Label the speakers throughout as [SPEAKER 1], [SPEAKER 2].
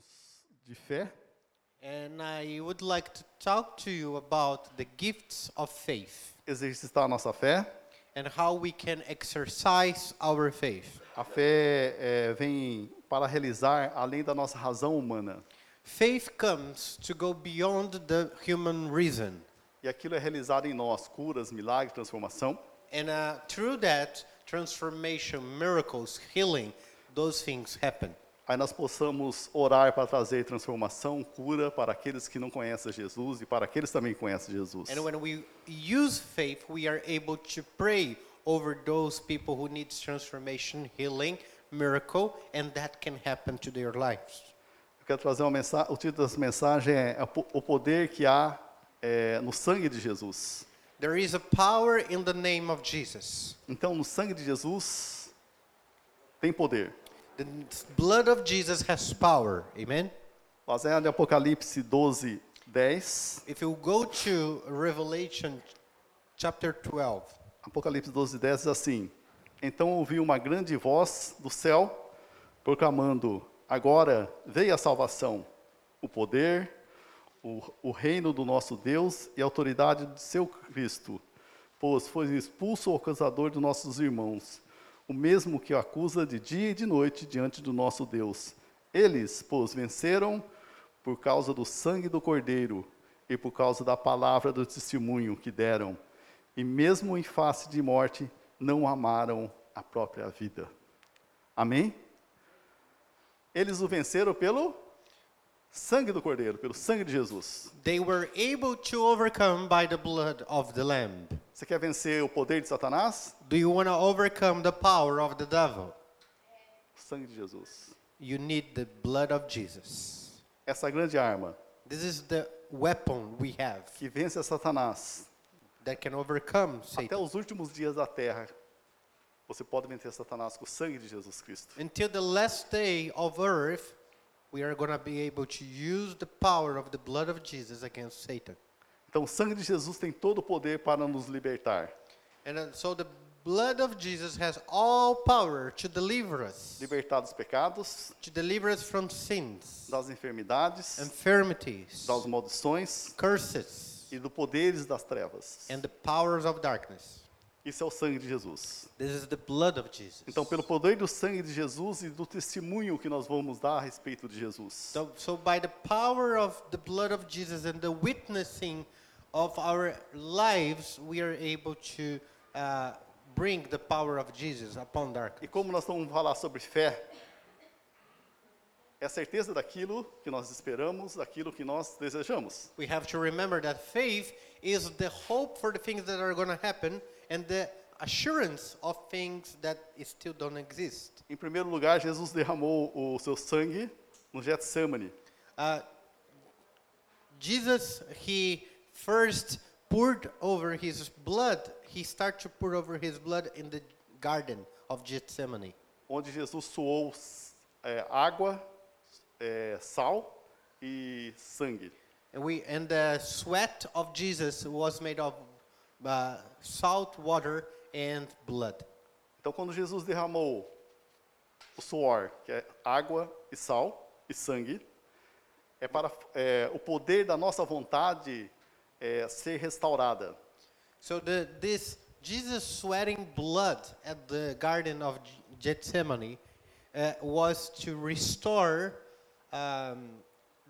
[SPEAKER 1] dons de fé
[SPEAKER 2] And I would like to talk to you about the gifts of faith
[SPEAKER 1] exercitar a nossa fé.
[SPEAKER 2] and how we can exercise our faith.
[SPEAKER 1] A fé eh, vem para realizar além da nossa razão humana.
[SPEAKER 2] Faith comes to go beyond the human reason.
[SPEAKER 1] E aquilo é realizado em nós: curas, milagres, transformação.
[SPEAKER 2] And uh, through that, transformation, miracles, healing, those things happen.
[SPEAKER 1] Aí nós possamos orar para trazer transformação, cura para aqueles que não conhecem Jesus e para aqueles também que conhecem Jesus.
[SPEAKER 2] And when we use faith, we are able to pray over those people who need transformation, healing, miracle, and that can happen to their lives.
[SPEAKER 1] Eu quero trazer uma mensagem. O título dessa mensagem é O po- O Poder que Há eh, no Sangue de Jesus.
[SPEAKER 2] There is a power in the name of Jesus.
[SPEAKER 1] Então, no sangue de Jesus tem poder.
[SPEAKER 2] The blood of Jesus has power. Amen.
[SPEAKER 1] Baseado em Apocalipse 12, 10.
[SPEAKER 2] If you go to Revelation chapter 12,
[SPEAKER 1] Apocalipse 12, 10 diz assim: Então ouvi uma grande voz do céu proclamando: Agora veio a salvação, o poder, o, o reino do nosso Deus e a autoridade do seu Cristo. Pois foi expulso o acusador de nossos irmãos, o mesmo que o acusa de dia e de noite diante do nosso Deus. Eles, pois, venceram por causa do sangue do Cordeiro e por causa da palavra do testemunho que deram, e mesmo em face de morte, não amaram a própria vida. Amém? Eles o venceram pelo sangue do Cordeiro, pelo sangue de Jesus.
[SPEAKER 2] they were able to overcome by the blood of the Lamb.
[SPEAKER 1] Você quer vencer o poder de Satanás?
[SPEAKER 2] Do you want to overcome the power of the devil?
[SPEAKER 1] O sangue de Jesus.
[SPEAKER 2] You need the blood of Jesus.
[SPEAKER 1] Essa grande arma
[SPEAKER 2] This is the weapon we have
[SPEAKER 1] que vence a Satanás
[SPEAKER 2] that can overcome
[SPEAKER 1] até
[SPEAKER 2] Satan.
[SPEAKER 1] os últimos dias da terra. Você pode vencer Satanás com o sangue de Jesus Cristo.
[SPEAKER 2] Until the last day of earth, we are going to be able to use the power of the blood of Jesus against Satan.
[SPEAKER 1] Então, o sangue de Jesus tem todo o poder para nos libertar.
[SPEAKER 2] And uh, so the blood of Jesus has all power to deliver us,
[SPEAKER 1] Libertar dos pecados,
[SPEAKER 2] to deliver us from sins,
[SPEAKER 1] das enfermidades,
[SPEAKER 2] infirmities,
[SPEAKER 1] das maldições
[SPEAKER 2] curses,
[SPEAKER 1] e dos poderes das trevas.
[SPEAKER 2] and the powers of darkness.
[SPEAKER 1] Isso é o sangue de Jesus.
[SPEAKER 2] This is the blood of Jesus.
[SPEAKER 1] Então, pelo poder do sangue de Jesus e do testemunho que nós vamos dar a respeito de Jesus,
[SPEAKER 2] So, so by the power of the blood of Jesus and the witnessing of our lives, we are able to uh, bring the power of Jesus upon
[SPEAKER 1] E
[SPEAKER 2] darkness.
[SPEAKER 1] como nós vamos falar sobre fé, é a certeza daquilo que nós esperamos, daquilo que nós desejamos.
[SPEAKER 2] We have to remember that faith is the hope for the things that are going to happen and the assurance of things that still don't exist.
[SPEAKER 1] Em primeiro lugar, Jesus derramou o seu sangue no Getsemane.
[SPEAKER 2] Uh, Jesus, he first poured over his blood, he started to pour over his blood in the garden of Gethsemane.
[SPEAKER 1] onde Jesus suou s- é, água, é, sal e sangue.
[SPEAKER 2] And, we, and the sweat of Jesus was made of uh, salt water and blood.
[SPEAKER 1] Então, quando Jesus derramou o suor, que é água e sal e sangue, é para é, o poder da nossa vontade é, ser restaurada.
[SPEAKER 2] So the, this Jesus sweating blood at the Garden of G- Gethsemane uh, was to restore um,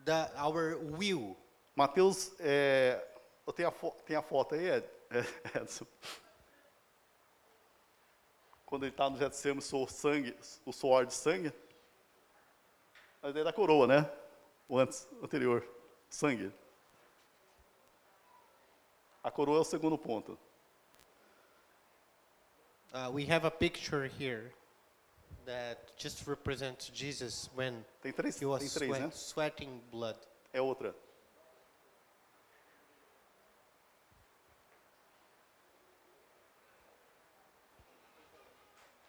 [SPEAKER 2] the, our will.
[SPEAKER 1] Mateus, é, eu tenho a, fo- tem a foto aí, Ed, É, Edson? Quando ele está no Getsemane, suou o sangue, o suor de sangue. Mas daí da coroa, né? O antes, anterior, sangue. A coroa é o segundo ponto.
[SPEAKER 2] Uh, we have a picture here that just represents Jesus when
[SPEAKER 1] Tem três,
[SPEAKER 2] he
[SPEAKER 1] tem
[SPEAKER 2] was
[SPEAKER 1] três, né?
[SPEAKER 2] sweat, sweating blood.
[SPEAKER 1] É outra.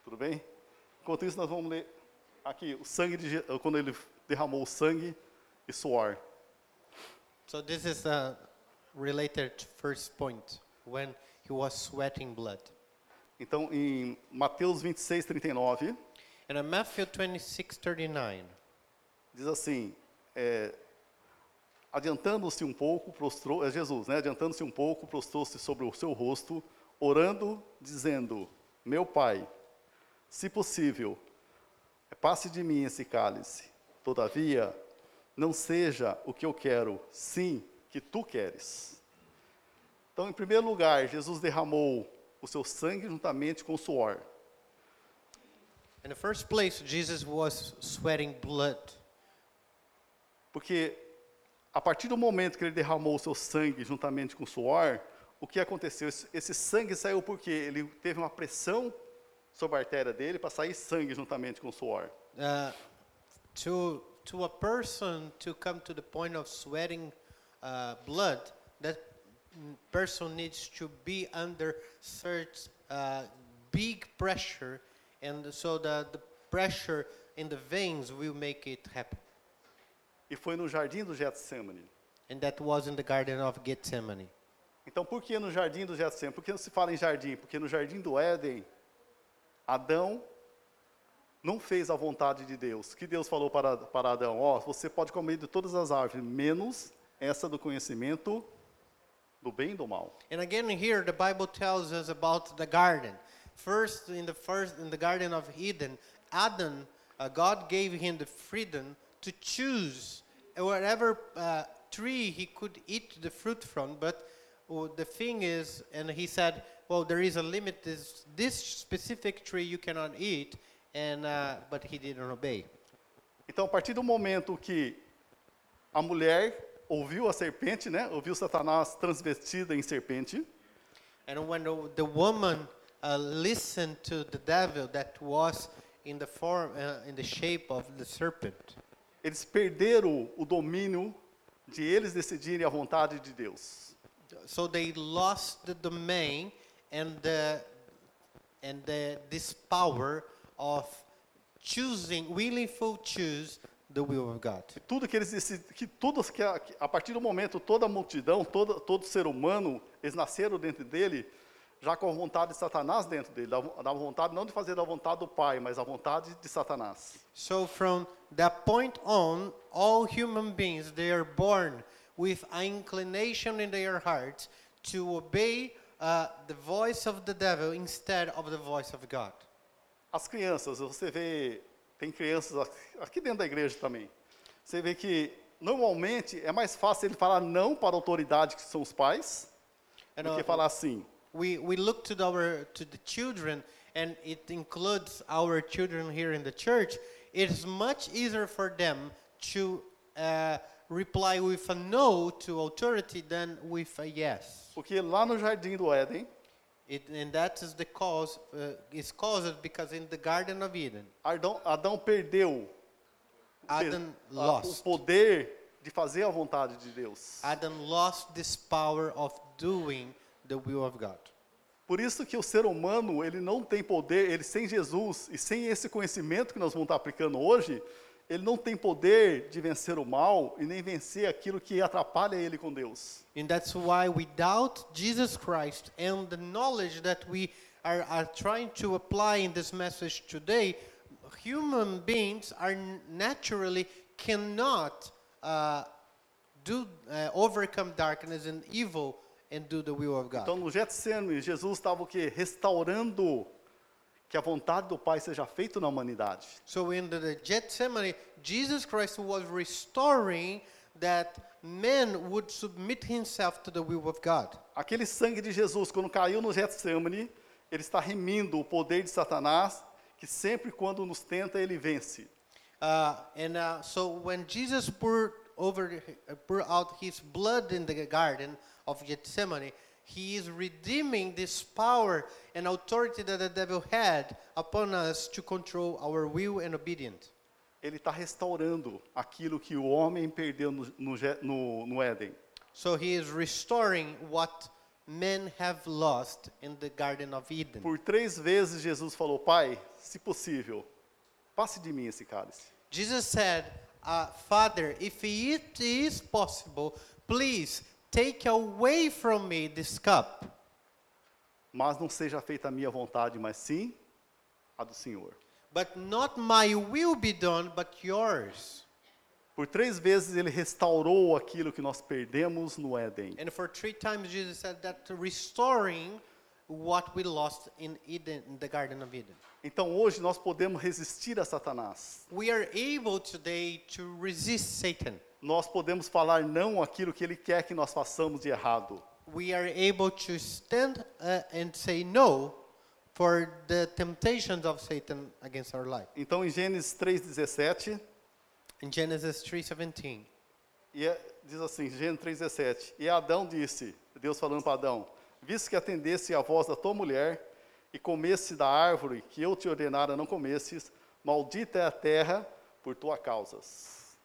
[SPEAKER 1] Tudo bem? Enquanto isso, nós vamos ler aqui o sangue de Je- quando ele derramou o sangue e suor.
[SPEAKER 2] So this is uh, related to first point when he was sweating blood.
[SPEAKER 1] Então, em Mateus 26, 39,
[SPEAKER 2] And in Matthew 26:39,
[SPEAKER 1] diz assim: é, adiantando-se um pouco, prostrou, é Jesus, né? Adiantando-se um pouco, prostrou-se sobre o seu rosto, orando, dizendo: Meu Pai, se possível, passe de mim esse cálice. Todavia, não seja o que eu quero, sim que tu queres. Então, em primeiro lugar, Jesus derramou o seu sangue juntamente com o suor.
[SPEAKER 2] In the first place, Jesus was sweating blood
[SPEAKER 1] Porque a partir do momento que ele derramou o seu sangue juntamente com o suor, o que aconteceu? Esse- Esse sangue saiu porque ele teve uma pressão sobre a artéria dele para sair sangue juntamente com o suor.
[SPEAKER 2] uh, to to a person to come to the point of sweating uh, blood. That n- person needs to be under such uh, big pressure, and so the, the pressure in the veins will make it happen.
[SPEAKER 1] E foi no jardim do Getsemane.
[SPEAKER 2] And that was in the Garden of Gethsemane.
[SPEAKER 1] Então, por que no jardim do Getsemane? Por que não se fala em jardim? Porque no jardim do Éden, Adão não fez a vontade de Deus. Que Deus falou para, para Adão: Ó, você pode comer de todas as árvores, menos essa do conhecimento do bem e do mal.
[SPEAKER 2] And again here the Bible tells us about the garden. First in the first in the garden of Eden, Adam uh, God gave him the freedom to choose whatever uh, tree he could eat the fruit from, but uh, the thing is and he said, well there is a limit this this specific tree you cannot eat and uh, but he didn't obey.
[SPEAKER 1] Então, a partir do momento que a mulher ouviu a serpente, né? Ouviu Satanás transvestida em serpente,
[SPEAKER 2] And when the, the woman uh, listened to the devil that was in the form uh, in the shape of the serpent
[SPEAKER 1] eles perderam o domínio de eles decidirem a vontade de Deus.
[SPEAKER 2] So they lost the domain and the, and the, this power of choosing, willful choose the will of God.
[SPEAKER 1] Tudo que eles deci- que tudo que a, que a partir do momento toda a multidão, toda, todo ser humano, eles nasceram dentro dele já com a vontade de Satanás dentro dele, da, vo- da vontade não de fazer a vontade do Pai, mas a vontade de Satanás.
[SPEAKER 2] So from that point on, all human beings, they are born with an inclination in their hearts to obey uh, the voice of the devil instead of the voice of God.
[SPEAKER 1] As crianças, você vê, tem crianças aqui- aqui dentro da igreja também. Você vê que normalmente é mais fácil ele falar não para a autoridade que são os pais
[SPEAKER 2] And,
[SPEAKER 1] do que
[SPEAKER 2] uh,
[SPEAKER 1] falar sim.
[SPEAKER 2] we we look to the- our to the children and it includes our children here in the church it is much easier for them to uh, reply with a no to authority than with a yes
[SPEAKER 1] Porque lá no jardim do Éden,
[SPEAKER 2] it, and that is the cause uh, is caused because in the garden of eden
[SPEAKER 1] Adão, Adão perdeu per-
[SPEAKER 2] adam
[SPEAKER 1] a- o
[SPEAKER 2] lost
[SPEAKER 1] poder de fazer a vontade de Deus.
[SPEAKER 2] adam lost this power of doing the will of god
[SPEAKER 1] Por isso que o ser humano, ele não tem poder, ele sem Jesus e sem esse conhecimento que nós vamos estar aplicando hoje, ele não tem poder de vencer o mal e nem vencer aquilo que atrapalha ele com Deus.
[SPEAKER 2] And that's why without Jesus Christ and the knowledge that we are, are trying to apply in this message today, human beings are n- naturally cannot uh, do uh, overcome darkness and evil and do the will of God.
[SPEAKER 1] Então, no Getsemane, Jesus estava o quê? Restaurando que a vontade do Pai seja feita na humanidade.
[SPEAKER 2] So in the, the Gethsemane, Jesus Christ was restoring that man would submit himself to the will of God.
[SPEAKER 1] Aquele sangue de Jesus, quando caiu no Getsemane, ele está remindo o poder de Satanás, que sempre quando nos tenta, ele vence.
[SPEAKER 2] Uh, and uh, so when Jesus poured over, uh, poured out his blood in the garden of Gethsemane, he is redeeming this power and authority that the devil had upon us to control our will and obedience.
[SPEAKER 1] Ele está restaurando aquilo que o homem perdeu no, no, Ge- no- no Éden.
[SPEAKER 2] So he is restoring what men have lost in the Garden of Eden.
[SPEAKER 1] Por três vezes Jesus falou: Pai, se possível, passe de mim esse cálice.
[SPEAKER 2] Jesus said, uh, Father, if it is possible, please take away from me this cup.
[SPEAKER 1] Mas não seja feita a minha vontade, mas sim a do Senhor.
[SPEAKER 2] But not my will be done, but yours.
[SPEAKER 1] Por três vezes ele restaurou aquilo que nós perdemos no Éden.
[SPEAKER 2] And for three times, Jesus said that restoring what we lost in Eden, in the Garden of Eden.
[SPEAKER 1] Então hoje nós podemos resistir a Satanás.
[SPEAKER 2] We are able today to resist Satan.
[SPEAKER 1] Nós podemos falar não àquilo que ele quer que nós façamos de errado.
[SPEAKER 2] We are able to stand uh, and say no for the temptations of Satan against our life.
[SPEAKER 1] Então em Gênesis 3:17,
[SPEAKER 2] In Genesis 3:17,
[SPEAKER 1] e é- diz assim, Gênesis 3:17, e Adão disse, Deus falando para Adão, visto que atendesse à voz da tua mulher e comesse da árvore que eu te ordenara não comesses, maldita é a terra por tua causas.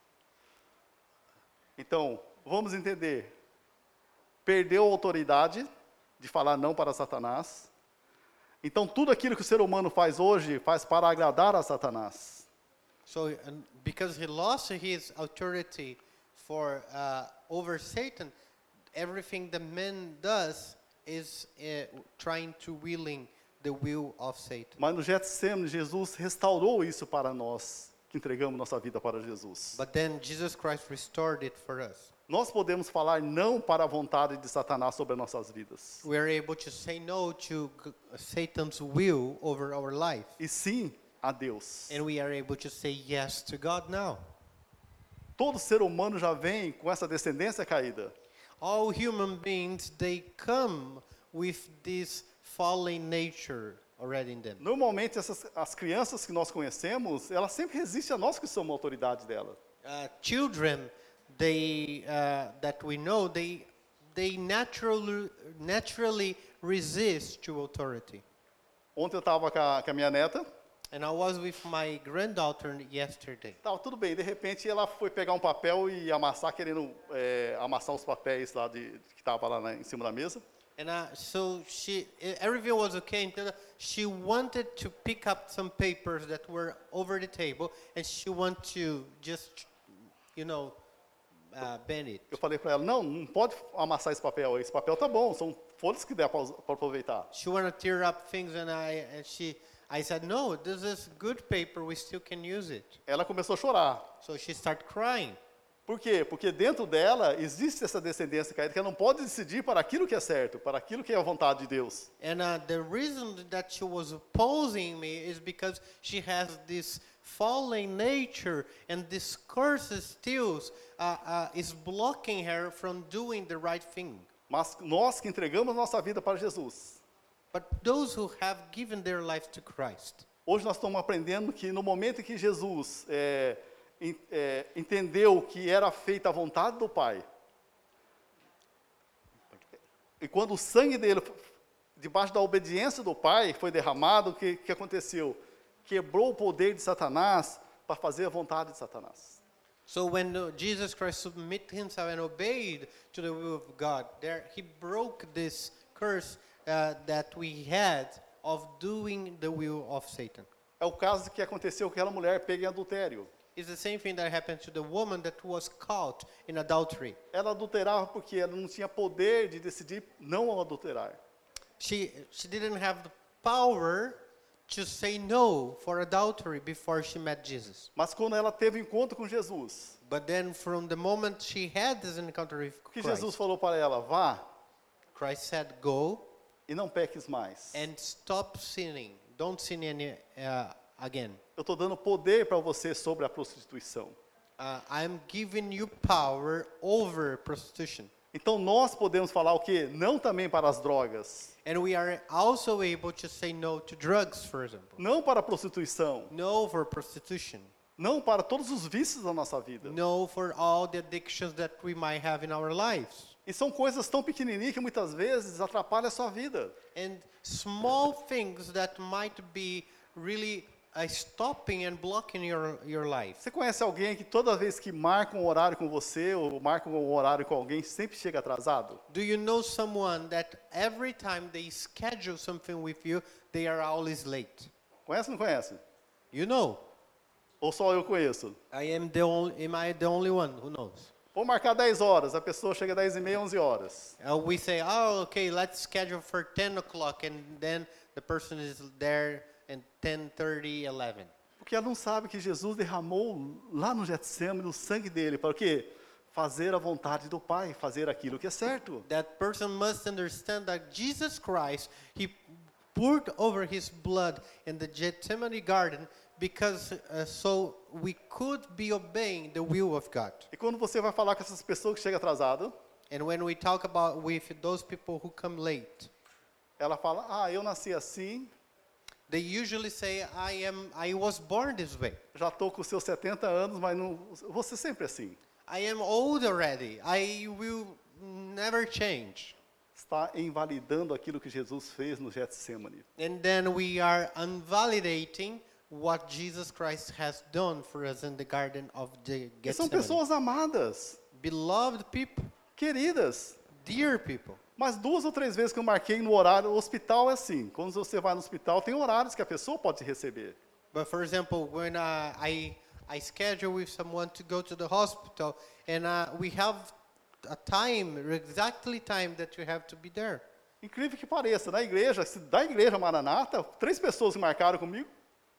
[SPEAKER 1] Então, vamos entender. Perdeu a autoridade de falar não para Satanás. Então, tudo aquilo que o ser humano faz hoje faz para agradar a Satanás.
[SPEAKER 2] so and because he lost his authority for uh, over Satan, everything the man does is uh, trying to willing the will of Satan.
[SPEAKER 1] Mas no Getsemane, Jesus restaurou isso para nós, que entregamos nossa vida para Jesus.
[SPEAKER 2] But then Jesus Christ restored it for us.
[SPEAKER 1] Nós podemos falar não para a vontade de Satanás sobre as nossas vidas,
[SPEAKER 2] We are able to say no to g- Satan's will over our life,
[SPEAKER 1] e sim a Deus.
[SPEAKER 2] and we are able to say yes to God now.
[SPEAKER 1] Todo ser humano já vem com essa descendência caída.
[SPEAKER 2] All human beings they come with this fallen nature already in them.
[SPEAKER 1] Normalmente, essas, as crianças que nós conhecemos, elas sempre resistem a nós que somos a autoridade dela.
[SPEAKER 2] Uh, children, they uh, that we know, they they naturally naturally resist to authority.
[SPEAKER 1] Ontem eu estava com, a- com a minha neta,
[SPEAKER 2] And I was with my granddaughter yesterday.
[SPEAKER 1] estava tudo bem, de repente ela foi pegar um papel e amassar, querendo é, amassar os papéis lá de, que estava lá na- em cima da mesa.
[SPEAKER 2] And uh, so she, e- everything was okay until she wanted to pick up some papers that were over the table, and she wanted to just, you know, uh, bend it.
[SPEAKER 1] Eu falei para ela, não, não pode amassar esse papel aí. Esse papel tá bom, são folhas que der para aproveitar.
[SPEAKER 2] She wanted to tear up things, and I, and she, I said, no, this is good paper. We still can use it.
[SPEAKER 1] Ela começou a chorar.
[SPEAKER 2] So she started crying
[SPEAKER 1] Por quê? Porque dentro dela existe essa descendência caída que ela não pode decidir para aquilo que é certo, para aquilo que é a vontade de Deus.
[SPEAKER 2] And uh, the reason that she was opposing me is because she has this fallen nature, and this curse is still uh, uh, is blocking her from doing the right thing.
[SPEAKER 1] Mas nós que entregamos nossa vida para Jesus,
[SPEAKER 2] But those who have given their life to Christ,
[SPEAKER 1] hoje nós estamos aprendendo que no momento em que Jesus é, en- é, entendeu que era feita a vontade do Pai, e quando o sangue dele, debaixo da obediência do Pai, foi derramado, o que, que aconteceu? Quebrou o poder de Satanás para fazer a vontade de Satanás.
[SPEAKER 2] so when uh, Jesus Christ submitted himself and obeyed to the will of God, there he broke this curse uh, that we had of doing the will of Satan.
[SPEAKER 1] É o caso que aconteceu com aquela mulher pega em adultério.
[SPEAKER 2] It's the same thing that happened to the woman that was caught in adultery.
[SPEAKER 1] Ela adulterava porque ela não tinha poder de decidir não adulterar.
[SPEAKER 2] She, she didn't have the power to say no for adultery before she met Jesus.
[SPEAKER 1] Mas quando ela teve um encontro com Jesus,
[SPEAKER 2] But then, from the moment she had this encounter with
[SPEAKER 1] o que
[SPEAKER 2] Christ,
[SPEAKER 1] Jesus falou para ela? Vá
[SPEAKER 2] Christ said, Go
[SPEAKER 1] e não peques mais.
[SPEAKER 2] and stop sinning. Don't sin any, uh, again.
[SPEAKER 1] Eu estou dando poder para você sobre a prostituição.
[SPEAKER 2] Uh, I'm giving you power over prostitution.
[SPEAKER 1] Então nós podemos falar o quê? Não também para as drogas,
[SPEAKER 2] And we are also able to say no to drugs, for example.
[SPEAKER 1] não para a prostituição,
[SPEAKER 2] No for prostitution.
[SPEAKER 1] não para todos os vícios da nossa vida.
[SPEAKER 2] No for all the addictions that we might have in our lives.
[SPEAKER 1] E são coisas tão pequenininhas que muitas vezes atrapalham a sua vida.
[SPEAKER 2] and small things that might be really uh, stopping and blocking your, your life.
[SPEAKER 1] Você conhece alguém que toda vez que marca um horário com você ou marca um horário com alguém, sempre chega atrasado?
[SPEAKER 2] Do you know someone that every time they schedule something with you, they are always late?
[SPEAKER 1] Conhece ou não conhece?
[SPEAKER 2] You know,
[SPEAKER 1] Ou só eu conheço?
[SPEAKER 2] I am the only, am I the only one who knows?
[SPEAKER 1] Vou marcar 10 horas, a pessoa chega 10 e meia, 11 horas.
[SPEAKER 2] Uh, we say, oh, okay, let's schedule for 10 o'clock, and then the person is there at 10:30, 11.
[SPEAKER 1] Porque ela não sabe que Jesus derramou lá no Getsemane o sangue dele para o quê? Fazer a vontade do Pai, fazer aquilo que é certo.
[SPEAKER 2] That person must understand that Jesus Christ, he poured over his blood in the Gethsemane garden because uh, so we could be obeying the will of God.
[SPEAKER 1] E quando você vai falar com essas pessoas que chegam atrasado,
[SPEAKER 2] And when we talk about with those people who come late,
[SPEAKER 1] ela fala: "Ah, eu nasci assim,
[SPEAKER 2] they usually say I am I was born this way.
[SPEAKER 1] já estou com seus 70 anos, mas não, você sempre é assim.
[SPEAKER 2] I am old already. I will never change.
[SPEAKER 1] Está invalidando aquilo que Jesus fez no Getsemane.
[SPEAKER 2] And then we are invalidating what Jesus Christ has done for us in the garden of the
[SPEAKER 1] E são
[SPEAKER 2] Gethsemane.
[SPEAKER 1] pessoas amadas,
[SPEAKER 2] Beloved people,
[SPEAKER 1] queridas.
[SPEAKER 2] dear people.
[SPEAKER 1] Mas duas ou três vezes que eu marquei no horário, o hospital é assim. Quando você vai no hospital, tem horários que a pessoa pode receber.
[SPEAKER 2] But for example, when uh, I I schedule with someone to go to the hospital, and uh, we have a time, exactly time that you have to be there.
[SPEAKER 1] Incrível que pareça, na igreja, se da igreja Maranata, três pessoas que marcaram comigo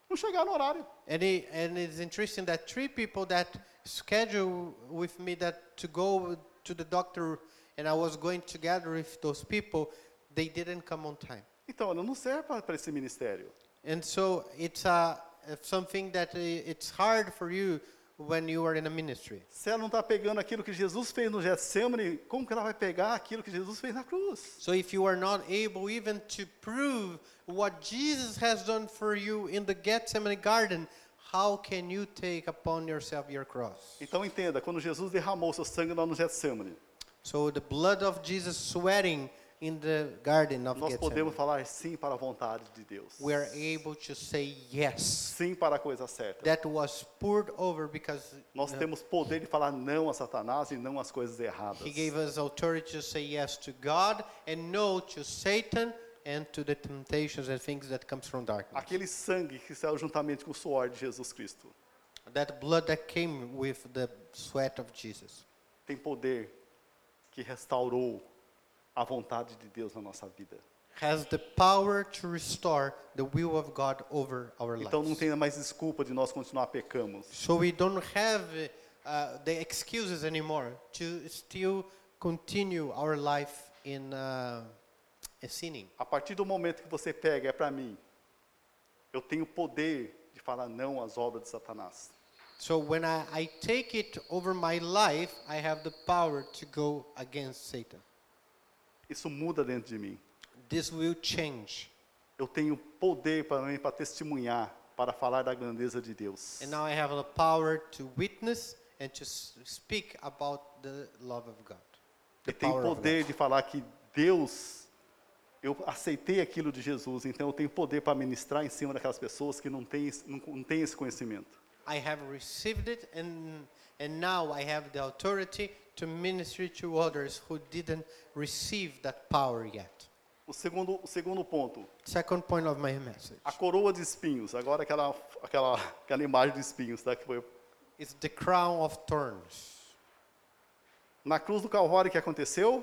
[SPEAKER 1] não chegaram no horário.
[SPEAKER 2] And it, and it's interesting that three people that schedule with me that to go to the doctor, and I was going together with those people, they didn't come on time.
[SPEAKER 1] Então, ela não serve para esse ministério.
[SPEAKER 2] And so it's uh, something that uh, it's hard for you when you are in a ministry.
[SPEAKER 1] Se ela não está pegando aquilo que Jesus fez no Getsemane, como que ela vai pegar aquilo que Jesus fez na cruz?
[SPEAKER 2] So if you are not able even to prove what Jesus has done for you in the Gethsemane garden, how can you take upon yourself your cross?
[SPEAKER 1] Então entenda, quando Jesus derramou seu sangue lá no Getsemane,
[SPEAKER 2] So the blood of Jesus sweating in the garden of
[SPEAKER 1] nós
[SPEAKER 2] Gethsemane.
[SPEAKER 1] podemos falar sim para a vontade de Deus.
[SPEAKER 2] We are able to say yes.
[SPEAKER 1] Sim para a coisa certa.
[SPEAKER 2] That was poured over because
[SPEAKER 1] Nós
[SPEAKER 2] uh,
[SPEAKER 1] temos poder de falar não a Satanás e não às coisas erradas.
[SPEAKER 2] he gave us authority to say yes to God and no to Satan and to the temptations and things that comes from darkness.
[SPEAKER 1] Aquele sangue que saiu juntamente com o suor de Jesus Cristo
[SPEAKER 2] That blood that came with the sweat of Jesus.
[SPEAKER 1] tem poder que restaurou a vontade de Deus na nossa vida.
[SPEAKER 2] has the power to restore the will of God over our lives.
[SPEAKER 1] Então não tem mais desculpa de nós continuar pecamos.
[SPEAKER 2] so we don't have uh, the excuses anymore to still continue our life in uh, sinning.
[SPEAKER 1] A partir do momento que você pega, é para mim. Eu tenho poder de falar não às obras de Satanás.
[SPEAKER 2] So when I, I take it over my life, I have the power to go against Satan.
[SPEAKER 1] Isso muda dentro de mim.
[SPEAKER 2] This will change.
[SPEAKER 1] Eu tenho poder para mim para testemunhar, para falar da grandeza de Deus.
[SPEAKER 2] And now I have the power to witness and to s- speak about the love of God. The
[SPEAKER 1] E tem
[SPEAKER 2] power of God.
[SPEAKER 1] poder de falar que Deus, eu aceitei aquilo de Jesus, então eu tenho poder para ministrar em cima daquelas pessoas que não têm esse- não, não têm esse conhecimento.
[SPEAKER 2] I have received it and and now I have the authority to minister to others who didn't receive that power yet.
[SPEAKER 1] O segundo, o segundo ponto,
[SPEAKER 2] Second point of my message
[SPEAKER 1] a coroa de espinhos. Agora aquela, aquela, aquela imagem de espinhos, tá? que foi
[SPEAKER 2] is the crown of thorns.
[SPEAKER 1] Na cruz do Calvário, o que aconteceu?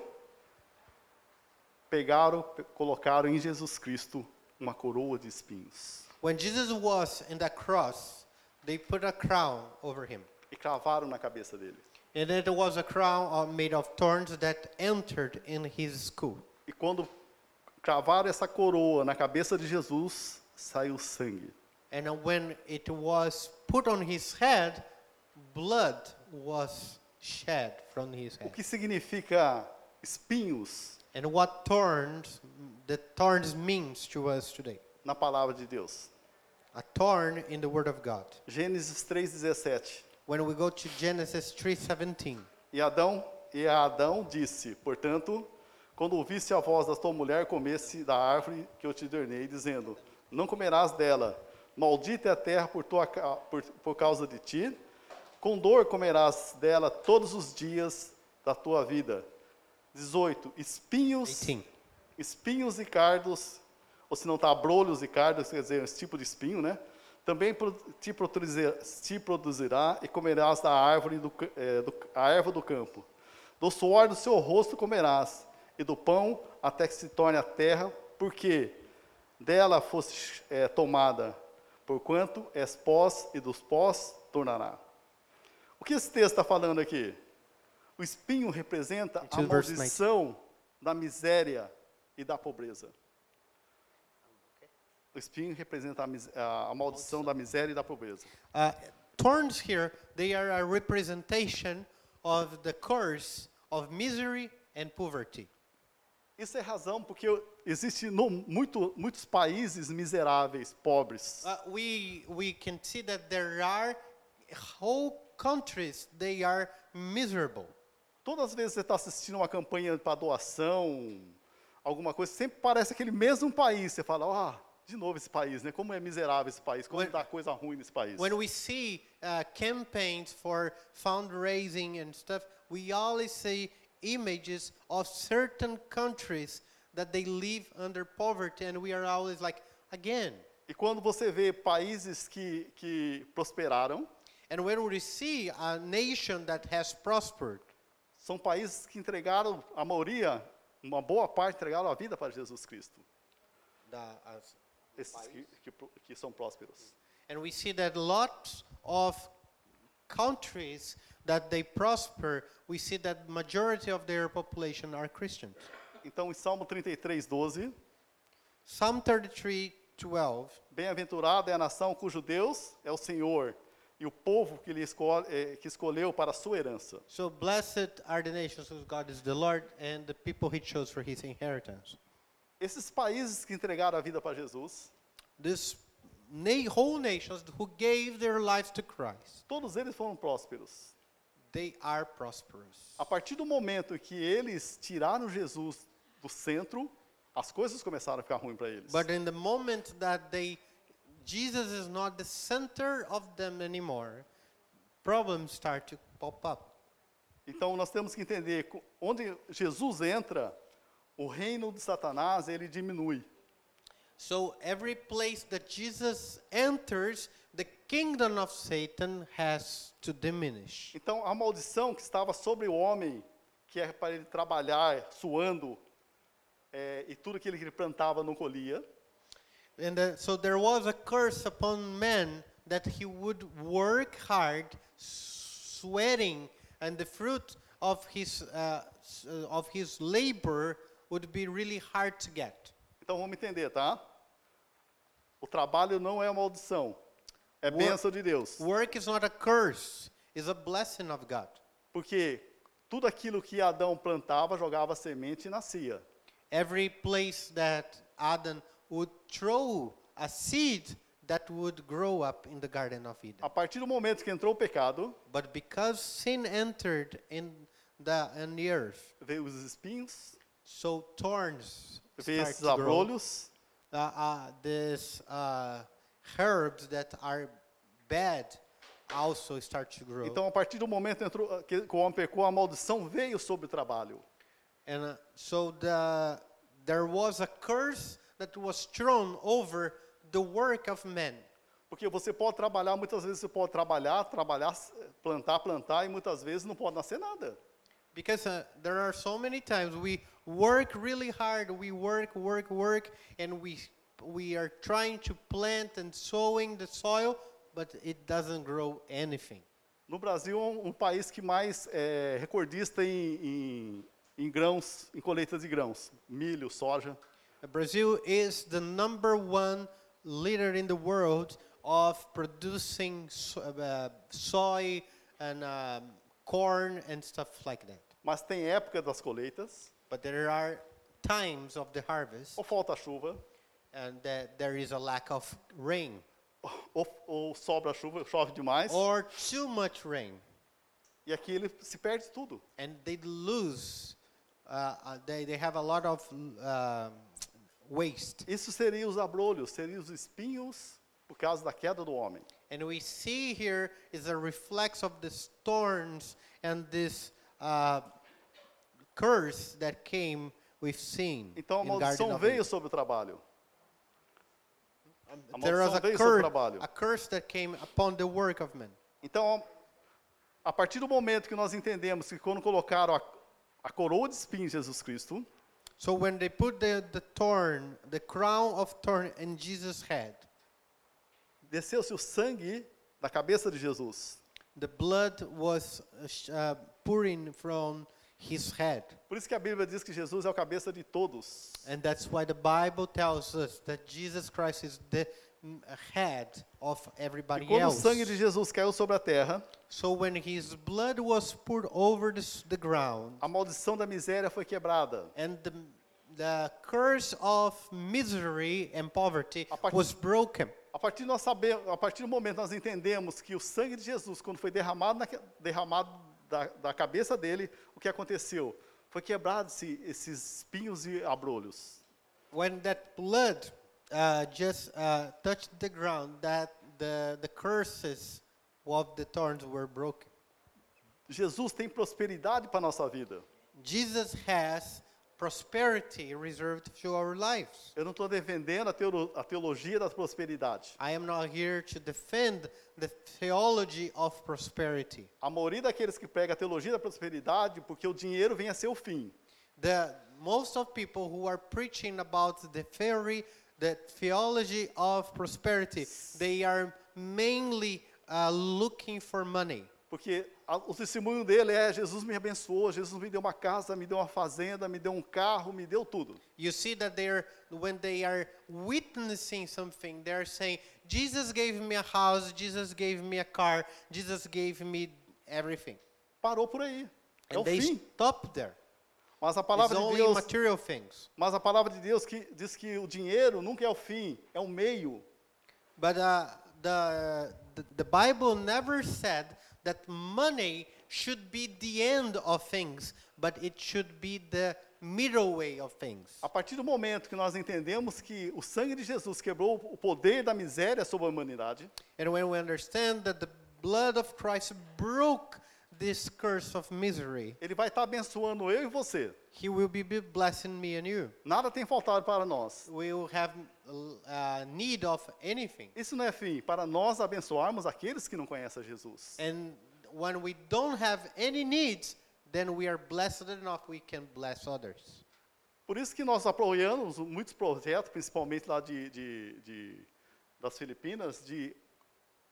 [SPEAKER 1] Pegaram, pe- colocaram em Jesus Cristo uma coroa de espinhos
[SPEAKER 2] When Jesus was in the cross, they put a crown over him.
[SPEAKER 1] e cravaram na cabeça dele.
[SPEAKER 2] And it was a crown of- made of thorns that entered in his skull.
[SPEAKER 1] E quando cravaram essa coroa na cabeça de Jesus, saiu sangue.
[SPEAKER 2] And when it was put on his head, blood was shed from his
[SPEAKER 1] O
[SPEAKER 2] head.
[SPEAKER 1] que significa espinhos
[SPEAKER 2] And what thorns, the thorns means to us today.
[SPEAKER 1] na palavra de Deus?
[SPEAKER 2] A thorn in the word of God.
[SPEAKER 1] Gênesis 3:17.
[SPEAKER 2] When we go to Genesis 3:17,
[SPEAKER 1] E Adão, e a Adão disse: Portanto, quando ouvisse a voz da tua mulher, comesse da árvore que eu te ordenei, dizendo: Não comerás dela. Maldita é a terra por, tua, ca- por, por causa de ti. Com dor comerás dela todos os dias da tua vida. 18. Espinhos,
[SPEAKER 2] 18.
[SPEAKER 1] espinhos e cardos, ou se não está brolhos e cardos, quer dizer, esse tipo de espinho, né? Também pro- te produzirá, te produzirá e comerás da árvore do, c- eh, do, a erva do campo. Do suor do seu rosto comerás, e do pão até que se torne a terra, porque dela fosse eh, é, tomada. porquanto és pós e dos pós tornará. O que esse texto está falando aqui? O espinho representa a
[SPEAKER 2] Into verse
[SPEAKER 1] maldição da miséria e da pobreza. O espinho representa a, mis- a- a maldição da miséria e da pobreza.
[SPEAKER 2] Uh, thorns here, they are a representation of the curse of misery and poverty.
[SPEAKER 1] Isso é razão porque existem muito, muitos países miseráveis, pobres.
[SPEAKER 2] Uh, we, we can see that there are whole countries, they are miserable.
[SPEAKER 1] Todas as vezes que você está assistindo uma campanha para doação, alguma coisa, sempre parece aquele mesmo país. Você fala, ah, de novo esse país, né? Como é miserável esse país, como
[SPEAKER 2] When-
[SPEAKER 1] dá coisa ruim nesse país.
[SPEAKER 2] When we see uh, campaigns for fundraising and stuff, we always see images of certain countries that they live under poverty, and we are always like, again.
[SPEAKER 1] E quando você vê países que, que prosperaram,
[SPEAKER 2] And when we see a nation that has prospered,
[SPEAKER 1] são países que entregaram, a maioria, uma boa parte, entregaram a vida para Jesus Cristo.
[SPEAKER 2] the- as-
[SPEAKER 1] Esses que, que, pro- que são prósperos.
[SPEAKER 2] and we see that lots of countries that they prosper, we see that majority of their population are Christians.
[SPEAKER 1] Então, em Salmo 33, 12,
[SPEAKER 2] Psalm 33, 12.
[SPEAKER 1] Bem-aventurada é a nação cujo Deus é o Senhor e o povo que, lhe escol- eh, que escolheu para a sua herança.
[SPEAKER 2] So blessed are the nations whose God is the Lord and the people he chose for his inheritance.
[SPEAKER 1] Esses países que entregaram a vida para Jesus,
[SPEAKER 2] This na- whole nations who gave their lives to Christ,
[SPEAKER 1] todos eles foram prósperos.
[SPEAKER 2] they are prosperous.
[SPEAKER 1] A partir do momento em que eles tiraram Jesus do centro, as coisas começaram a ficar ruim para eles.
[SPEAKER 2] But in the moment that they Jesus is not the center of them anymore, problems start to pop up.
[SPEAKER 1] Então nós temos que entender co- onde Jesus entra, o reino de Satanás ele diminui.
[SPEAKER 2] So every place that Jesus enters, the kingdom of Satan has to diminish.
[SPEAKER 1] Então a maldição que estava sobre o homem, que é para ele trabalhar suando, eh, e tudo aquilo que ele plantava não colhia,
[SPEAKER 2] And uh, so there was a curse upon man that he would work hard, sweating, and the fruit of his, uh, s- uh, of his labor would be really hard to get.
[SPEAKER 1] Então vamos entender, tá? O trabalho não é uma maldição, é
[SPEAKER 2] Wo-
[SPEAKER 1] bênção de Deus.
[SPEAKER 2] Work is not a curse, it's a blessing of God.
[SPEAKER 1] Porque tudo aquilo que Adão plantava, jogava semente e nascia.
[SPEAKER 2] Every place that Adam would throw a seed that would grow up in the Garden of Eden.
[SPEAKER 1] A partir do momento que entrou o pecado,
[SPEAKER 2] But because sin entered in the, in the earth,
[SPEAKER 1] veio os espinhos,
[SPEAKER 2] So thorns
[SPEAKER 1] veio
[SPEAKER 2] start
[SPEAKER 1] esses
[SPEAKER 2] to grow.
[SPEAKER 1] abrolhos,
[SPEAKER 2] Uh, uh, these uh, herbs that are bad also start to grow.
[SPEAKER 1] Então, a partir do momento entrou- que que o homem pecou, a maldição veio sobre o trabalho.
[SPEAKER 2] and uh, so the there was a curse that was thrown over the work of men.
[SPEAKER 1] Porque você pode trabalhar, muitas vezes você pode trabalhar, trabalhar, plantar, plantar, e muitas vezes não pode nascer nada.
[SPEAKER 2] Because uh, there are so many times we work really hard, we work, work, work, and we we are trying to plant and sowing the soil, but it doesn't grow anything.
[SPEAKER 1] No Brasil, é um, um país que mais é recordista em, em, em grãos, em colheitas de grãos, milho, soja.
[SPEAKER 2] Brazil is the number one leader in the world of producing so, uh, soy and um, corn and stuff like that.
[SPEAKER 1] Mas tem época das colheitas,
[SPEAKER 2] But there are times of the harvest
[SPEAKER 1] ou falta chuva,
[SPEAKER 2] and that there is a lack of rain
[SPEAKER 1] ou, ou sobra chuva, chove demais,
[SPEAKER 2] or too much rain,
[SPEAKER 1] e aqui ele se perde tudo.
[SPEAKER 2] and they lose. Uh, uh, they they have a lot of um waste.
[SPEAKER 1] Isso seria os abrolhos, seria os espinhos por causa da queda do homem.
[SPEAKER 2] And we see here is a reflex of the thorns and this uh, curse that came with sin.
[SPEAKER 1] Então a
[SPEAKER 2] in Garden
[SPEAKER 1] maldição
[SPEAKER 2] of
[SPEAKER 1] veio sobre o trabalho.
[SPEAKER 2] Eden.
[SPEAKER 1] a
[SPEAKER 2] There was
[SPEAKER 1] maldição
[SPEAKER 2] a
[SPEAKER 1] veio sobre o
[SPEAKER 2] curse,
[SPEAKER 1] trabalho.
[SPEAKER 2] a curse that came upon the work of men.
[SPEAKER 1] Então, a partir do momento que nós entendemos que quando colocaram a, a coroa de espinhos em Jesus Cristo,
[SPEAKER 2] So when they put the, the thorn, the crown of thorn in Jesus' head,
[SPEAKER 1] desceu-se o sangue da cabeça de Jesus.
[SPEAKER 2] The blood was uh, sh- uh, pouring from his head.
[SPEAKER 1] Por isso que a Bíblia diz que Jesus é o cabeça de todos.
[SPEAKER 2] And that's why the Bible tells us that Jesus Christ is the mm, head of
[SPEAKER 1] E
[SPEAKER 2] everybody
[SPEAKER 1] quando o
[SPEAKER 2] else.
[SPEAKER 1] sangue de Jesus caiu sobre a terra,
[SPEAKER 2] So when his blood was poured over the, s- the ground,
[SPEAKER 1] a maldição da miséria foi quebrada.
[SPEAKER 2] and the, the curse of misery and poverty
[SPEAKER 1] A partir-
[SPEAKER 2] was broken.
[SPEAKER 1] A partir, de nós saber, a partir do momento nós entendemos que o sangue de Jesus, quando foi derramado, naque- derramado da, da cabeça dele, o que aconteceu? Foi quebrado-se esses espinhos e abrolhos.
[SPEAKER 2] When that blood uh, just uh, touched the ground, that the, the curses of the thorns were broken.
[SPEAKER 1] Jesus tem prosperidade para a nossa vida.
[SPEAKER 2] Jesus has prosperity reserved to our lives.
[SPEAKER 1] Eu não estou defendendo a, teolo- a teologia da prosperidade.
[SPEAKER 2] I am not here to defend the theology of prosperity.
[SPEAKER 1] A maioria daqueles que pregam a teologia da prosperidade, porque o dinheiro vem a ser o fim.
[SPEAKER 2] The most of people who are preaching about the theory, the theology of prosperity, they are mainly uh, looking for money
[SPEAKER 1] Porque a, o testemunho dele é: Jesus me abençoou, Jesus me deu uma casa, me deu uma fazenda, me deu um carro, me deu tudo.
[SPEAKER 2] you see that they're when they are witnessing something they're saying jesus gave me a house jesus gave me a car jesus gave me everything
[SPEAKER 1] Parou por aí. É
[SPEAKER 2] and
[SPEAKER 1] o
[SPEAKER 2] they
[SPEAKER 1] fim.
[SPEAKER 2] stop there
[SPEAKER 1] Mas a
[SPEAKER 2] it's
[SPEAKER 1] palavra de
[SPEAKER 2] only
[SPEAKER 1] Deus,
[SPEAKER 2] material things
[SPEAKER 1] mas a palavra de Deus que diz que o dinheiro nunca é o fim, é o meio.
[SPEAKER 2] But uh, the, the the Bible never said that money should be the end of things, but it should be the middle way of things.
[SPEAKER 1] A partir do momento que nós entendemos que o sangue de Jesus quebrou o poder da miséria sobre a humanidade,
[SPEAKER 2] And when we understand that the blood of Christ broke this curse of misery,
[SPEAKER 1] ele vai estar abençoando eu e você.
[SPEAKER 2] He will be be blessing me and you.
[SPEAKER 1] Nada tem faltado para nós.
[SPEAKER 2] We will have uh, need of anything.
[SPEAKER 1] Isso não é fim, para nós abençoarmos aqueles que não conhecem a Jesus.
[SPEAKER 2] And when we don't have any needs, then we are blessed enough we can bless others.
[SPEAKER 1] Por isso que nós apoiamos muitos projetos, principalmente lá de, de- de- das Filipinas, de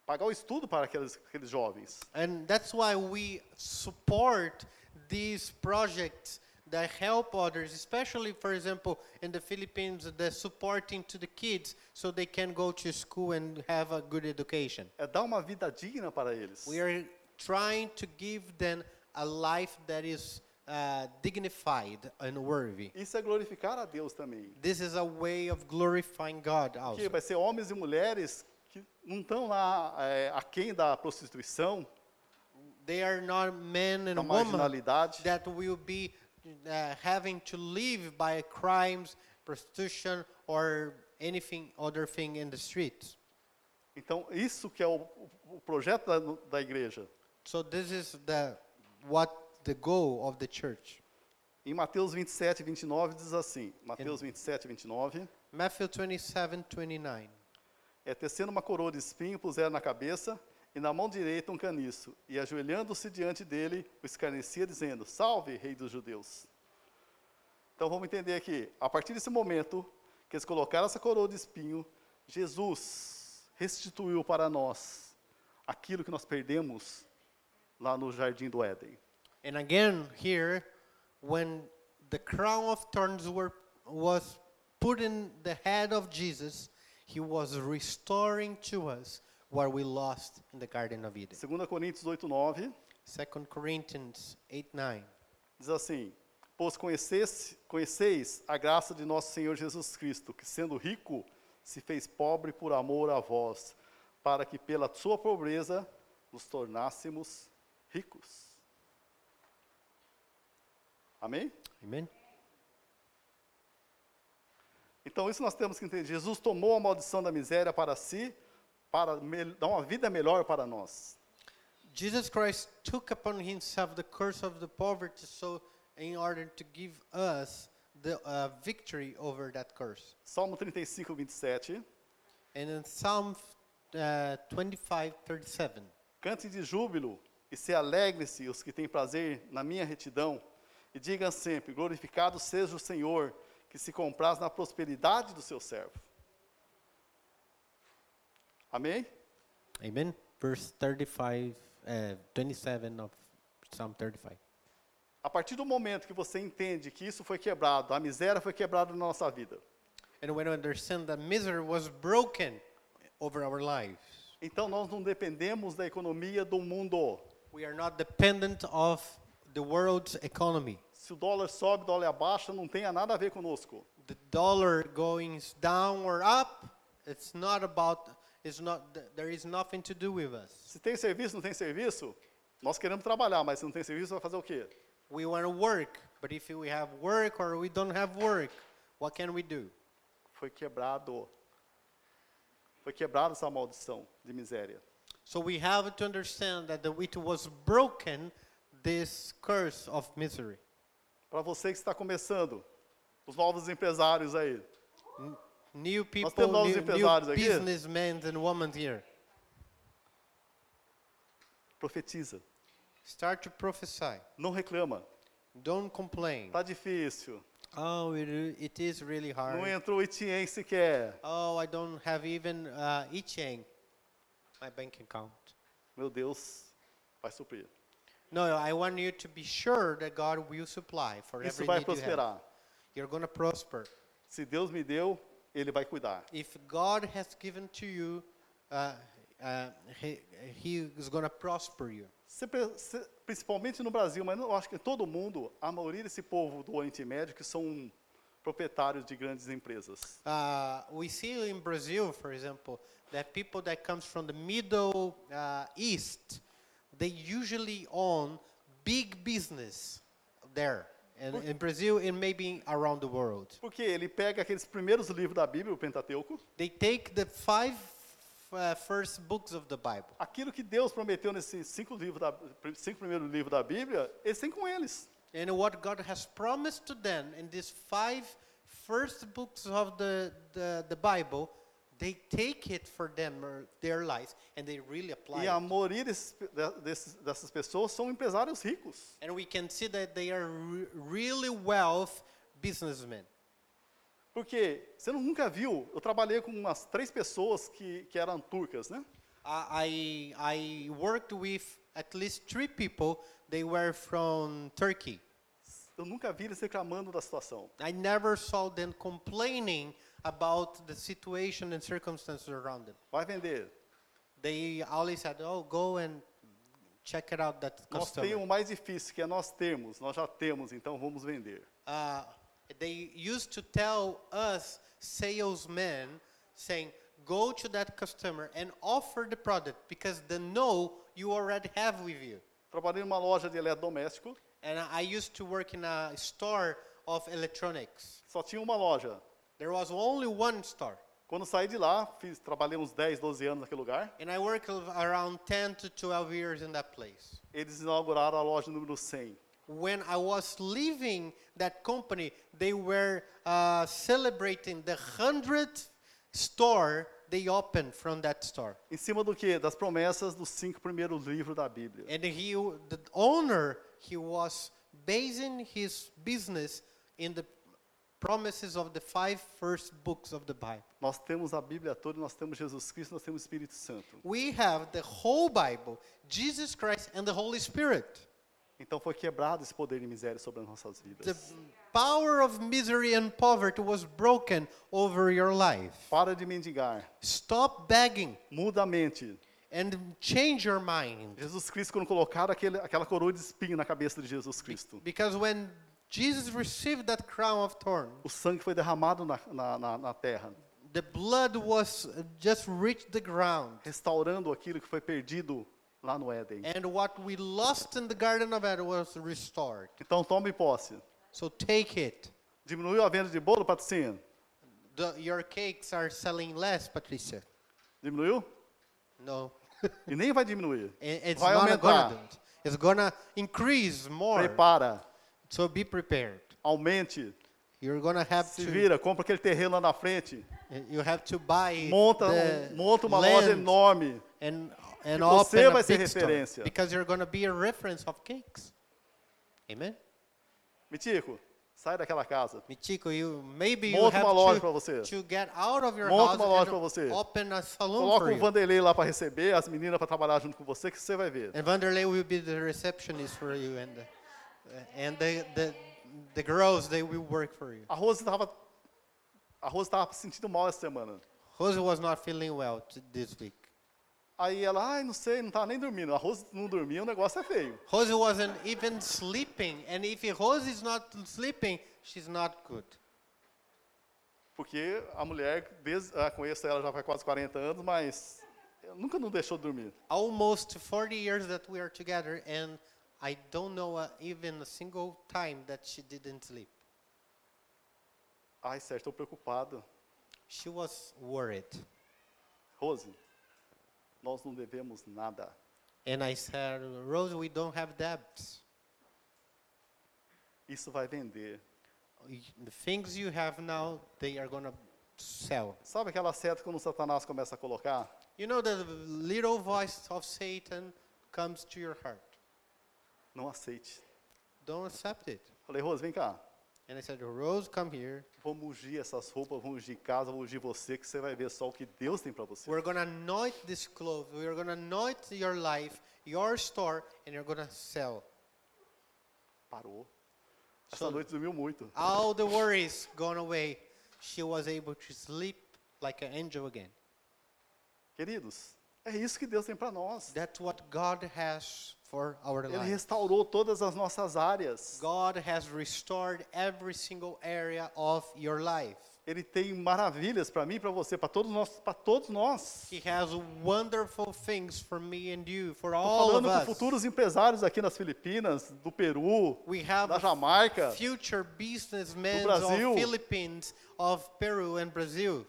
[SPEAKER 1] pagar o estudo para aqueles, aqueles jovens.
[SPEAKER 2] And that's why we support these projects that help others, especially, for example, in the Philippines, the supporting to the kids so they can go to school and have a good education.
[SPEAKER 1] É dar uma vida digna para eles.
[SPEAKER 2] We are trying to give them a life that is uh, dignified and worthy.
[SPEAKER 1] Isso é glorificar a Deus também.
[SPEAKER 2] This is a way of glorifying God
[SPEAKER 1] Porque
[SPEAKER 2] also.
[SPEAKER 1] vai ser homens e mulheres que não estão lá é, aquém da prostituição,
[SPEAKER 2] They are not men
[SPEAKER 1] da
[SPEAKER 2] and women
[SPEAKER 1] marginalidade.
[SPEAKER 2] that will be uh, having to live by crimes, prostitution, or anything other thing in the streets.
[SPEAKER 1] Então, isso que é o, o projeto da, da igreja.
[SPEAKER 2] So this is the what the goal of the church.
[SPEAKER 1] Em Mateus 27, 29, diz assim, Mateus 27, 29,
[SPEAKER 2] Matthew 27, 29.
[SPEAKER 1] é tecendo uma coroa de espinho, puseram na cabeça, e na mão direita um caniço, e ajoelhando-se diante dele, o escarnecia, dizendo, salve, rei dos judeus. Então vamos entender aqui, a partir desse momento, que eles colocaram essa coroa de espinho, Jesus restituiu para nós aquilo que nós perdemos lá no Jardim do Éden.
[SPEAKER 2] And again here, when the crown of thorns were was put in the head of Jesus, he was restoring to us what we lost in the Garden of Eden.
[SPEAKER 1] 2 Coríntios 8, 9,
[SPEAKER 2] 2 Corinthians 8, 9.
[SPEAKER 1] Diz assim: Pois conhecesse- conheceis a graça de nosso Senhor Jesus Cristo, que sendo rico, se fez pobre por amor a vós, para que pela sua pobreza nos tornássemos ricos. Amém?
[SPEAKER 2] Amen.
[SPEAKER 1] Então, isso nós temos que entender. Jesus tomou a maldição da miséria para si, para me- dar uma vida melhor para nós.
[SPEAKER 2] Jesus Christ took upon himself the curse of the poverty so in order to give us the uh, victory over that curse.
[SPEAKER 1] Salmo 35, 27.
[SPEAKER 2] And in Psalm uh, 25 37,
[SPEAKER 1] Cante de júbilo e se alegre-se os que têm prazer na minha retidão, e digam sempre: Glorificado seja o Senhor, que se compraz na prosperidade do seu servo. Amém?
[SPEAKER 2] Amen. Verse 35, uh, 27 of Psalm 35.
[SPEAKER 1] A partir do momento que você entende que isso foi quebrado, a miséria foi quebrada na nossa vida,
[SPEAKER 2] And when we understand that misery was broken over our lives,
[SPEAKER 1] então nós não dependemos da economia do mundo.
[SPEAKER 2] we are not dependent of the world's economy.
[SPEAKER 1] Se o dólar sobe, o dólar abaixa, não tenha nada a ver conosco.
[SPEAKER 2] The dollar going down or up, it's not about, it's not, th- there is nothing to do with us.
[SPEAKER 1] Se tem serviço, não tem serviço, nós queremos trabalhar, mas se não tem serviço, vai fazer o quê?
[SPEAKER 2] We want to work, but if we have work or we don't have work, what can we do?
[SPEAKER 1] Foi quebrado. Foi quebrada essa maldição de miséria.
[SPEAKER 2] So we have to understand that the it was broken, this curse of misery.
[SPEAKER 1] Para você que está começando, os novos empresários aí,
[SPEAKER 2] New people,
[SPEAKER 1] temos novos
[SPEAKER 2] new,
[SPEAKER 1] empresários
[SPEAKER 2] new
[SPEAKER 1] aqui?
[SPEAKER 2] businessmen and women here.
[SPEAKER 1] profetiza.
[SPEAKER 2] Start to prophesy.
[SPEAKER 1] Não reclama.
[SPEAKER 2] Don't complain.
[SPEAKER 1] Tá difícil.
[SPEAKER 2] Oh, it, i- it is really hard.
[SPEAKER 1] Não entrou o Itien sequer.
[SPEAKER 2] Oh, I don't have even uh, I Ching, my bank account.
[SPEAKER 1] Meu Deus, vai suprir.
[SPEAKER 2] No, no, I want you to be sure that God will supply for
[SPEAKER 1] Isso
[SPEAKER 2] every
[SPEAKER 1] vai
[SPEAKER 2] need you have.
[SPEAKER 1] prosperar.
[SPEAKER 2] You're going to prosper.
[SPEAKER 1] Se Deus me deu, Ele vai cuidar.
[SPEAKER 2] If God has given to you, uh, uh, he, he is going to prosper you.
[SPEAKER 1] Se pre- se- principalmente no Brasil, mas eu acho que em todo mundo, a maioria desse povo do Oriente Médio que são proprietários de grandes empresas.
[SPEAKER 2] Uh, we see in Brazil, for example, that people that comes from the Middle uh, East, they usually own big business there, and in Brazil and maybe around the world.
[SPEAKER 1] Porque ele pega aqueles primeiros livros da Bíblia, o Pentateuco,
[SPEAKER 2] They take the five uh, first books of the Bible.
[SPEAKER 1] aquilo que Deus prometeu nesses cinco, livros da, cinco primeiros livros da Bíblia, eles têm com eles.
[SPEAKER 2] And what God has promised to them in these five first books of the, the, the Bible, they take it for them, or their lives, and they really apply
[SPEAKER 1] E
[SPEAKER 2] it.
[SPEAKER 1] a maioria desses, pe- de- desses, dessas pessoas são empresários ricos.
[SPEAKER 2] And we can see that they are re- really wealth businessmen.
[SPEAKER 1] Porque você não- nunca viu, eu trabalhei com umas três pessoas que, que eram turcas, né?
[SPEAKER 2] I, I I worked with at least three people. They were from Turkey.
[SPEAKER 1] Eu nunca vi eles reclamando da situação.
[SPEAKER 2] I never saw them complaining about the situation and circumstances around them.
[SPEAKER 1] Vai vender.
[SPEAKER 2] They always said, "Oh, go and check it out that
[SPEAKER 1] Nós temos
[SPEAKER 2] customer."
[SPEAKER 1] o mais difícil, que é nós termos, nós já temos, então vamos vender.
[SPEAKER 2] Uh, they used to tell us salesmen, saying, "Go to that customer and offer the product because the no you already have with you."
[SPEAKER 1] Trabalhei numa loja de eletrodoméstico,
[SPEAKER 2] And I I used to work in a store of electronics.
[SPEAKER 1] só tinha uma loja.
[SPEAKER 2] There was only one store,
[SPEAKER 1] Quando saí de lá, fiz, trabalhei uns 10, 12 anos naquele lugar,
[SPEAKER 2] and I worked al- around 10 to 12 years in that place.
[SPEAKER 1] eles inauguraram a loja número 100.
[SPEAKER 2] When I was leaving that company, they were uh, celebrating the 100th store they opened from that store.
[SPEAKER 1] Em cima do quê? Das promessas dos cinco primeiros livros da Bíblia.
[SPEAKER 2] And he, w- the owner, he was basing his business in the promises of the five first books of the Bible.
[SPEAKER 1] Nós temos a Bíblia toda, nós temos Jesus Cristo, nós temos o Espírito Santo.
[SPEAKER 2] We have the whole Bible, Jesus Christ, and the Holy Spirit.
[SPEAKER 1] Então foi quebrado esse poder de miséria sobre as nossas
[SPEAKER 2] The
[SPEAKER 1] vidas.
[SPEAKER 2] power of misery and poverty was broken over your life.
[SPEAKER 1] Para de mendigar.
[SPEAKER 2] Stop begging
[SPEAKER 1] Muda a mente.
[SPEAKER 2] and change your mind.
[SPEAKER 1] Jesus Cristo, quando colocaram aquele, aquela coroa de espinho na cabeça de Jesus Cristo,
[SPEAKER 2] Because when Jesus received that crown of thorns,
[SPEAKER 1] o sangue foi derramado na, na, na, na terra,
[SPEAKER 2] the blood was uh, just reached the ground.
[SPEAKER 1] restaurando aquilo que foi perdido lá no Éden.
[SPEAKER 2] And what we lost in the Garden of Eden was restored.
[SPEAKER 1] Então tome posse.
[SPEAKER 2] So take it.
[SPEAKER 1] Diminuiu a venda de bolo, Patrocínio?
[SPEAKER 2] The, your cakes are selling less, Patricia.
[SPEAKER 1] Diminuiu?
[SPEAKER 2] No.
[SPEAKER 1] E nem vai diminuir.
[SPEAKER 2] I- It's
[SPEAKER 1] Vai
[SPEAKER 2] not gonna,
[SPEAKER 1] aumentar.
[SPEAKER 2] do it. it's gonna increase more.
[SPEAKER 1] Prepara.
[SPEAKER 2] So be prepared.
[SPEAKER 1] Aumente.
[SPEAKER 2] You're gonna have
[SPEAKER 1] Se
[SPEAKER 2] to.
[SPEAKER 1] vira. Compra aquele terreno lá na frente.
[SPEAKER 2] You have to buy
[SPEAKER 1] Monta,
[SPEAKER 2] the
[SPEAKER 1] um- monta uma loja
[SPEAKER 2] É, land
[SPEAKER 1] enorme.
[SPEAKER 2] and and
[SPEAKER 1] que
[SPEAKER 2] open
[SPEAKER 1] você
[SPEAKER 2] a
[SPEAKER 1] vai ser
[SPEAKER 2] big store
[SPEAKER 1] referência.
[SPEAKER 2] because you're gonna be a reference of cakes. Amen.
[SPEAKER 1] Mitico, Sai daquela casa.
[SPEAKER 2] Michiko, you maybe you
[SPEAKER 1] Monta uma loja
[SPEAKER 2] have
[SPEAKER 1] pra
[SPEAKER 2] to,
[SPEAKER 1] você.
[SPEAKER 2] to get out of your
[SPEAKER 1] Monta
[SPEAKER 2] house
[SPEAKER 1] uma loja
[SPEAKER 2] and
[SPEAKER 1] pra você.
[SPEAKER 2] open a salon
[SPEAKER 1] Coloca um
[SPEAKER 2] for
[SPEAKER 1] o
[SPEAKER 2] you.
[SPEAKER 1] Vanderlei lá para receber, as meninas para trabalhar junto com você, que você vai ver.
[SPEAKER 2] And Vanderlei will be the receptionist for you, and uh, and the the the girls they will work for you.
[SPEAKER 1] A Rose estava a Rose tava se sentindo mal essa semana.
[SPEAKER 2] Jose was not feeling well t- this week.
[SPEAKER 1] Aí ela, ai, não sei, não tá nem dormindo. A Rose não dormia, o negócio é feio.
[SPEAKER 2] Jose wasn't even sleeping, and if Jose is not sleeping, she's not good.
[SPEAKER 1] Porque a mulher, desde, ah, conheço ela já faz quase 40 anos, mas nunca não deixou dormir.
[SPEAKER 2] Almost 40 years that we are together, and I don't know uh, even a single time that she didn't sleep.
[SPEAKER 1] Ai, Sérgio, estou preocupado.
[SPEAKER 2] She was worried,
[SPEAKER 1] Rose, nós não devemos nada.
[SPEAKER 2] and I said, Rose, we don't have debts.
[SPEAKER 1] Isso vai vender.
[SPEAKER 2] Y- The things you have now, they are gonna sell.
[SPEAKER 1] Sabe aquela seta quando o Satanás começa a colocar?
[SPEAKER 2] You know the little voice of Satan comes to your heart.
[SPEAKER 1] Não aceite.
[SPEAKER 2] Don't accept it.
[SPEAKER 1] Falei, Rose, vem cá.
[SPEAKER 2] And I said, Rose, come here.
[SPEAKER 1] Vamos ungir essas roupas, vamos ungir casa, vamos ungir você, que você vai ver só o que Deus tem para você.
[SPEAKER 2] We're gonna anoint this clothes. We're gonna anoint your life, your store, and you're gonna sell.
[SPEAKER 1] Parou. Essa
[SPEAKER 2] Sono.
[SPEAKER 1] noite dormiu muito.
[SPEAKER 2] All the worries gone away. She was able to sleep like an angel again.
[SPEAKER 1] Queridos, é isso que Deus tem para nós.
[SPEAKER 2] That's what God has for our
[SPEAKER 1] Ele
[SPEAKER 2] life.
[SPEAKER 1] restaurou todas as nossas áreas.
[SPEAKER 2] God has restored every single area of your life.
[SPEAKER 1] Ele tem maravilhas para mim, e para você, para todos nós, para todos nós.
[SPEAKER 2] He has wonderful things for me and you, for
[SPEAKER 1] Estou
[SPEAKER 2] all of
[SPEAKER 1] falando com
[SPEAKER 2] us.
[SPEAKER 1] futuros empresários aqui nas Filipinas, do Peru,
[SPEAKER 2] We have
[SPEAKER 1] da Jamaica.
[SPEAKER 2] future businessmen
[SPEAKER 1] Do Brasil.
[SPEAKER 2] of Philippines, of Peru and Brazil.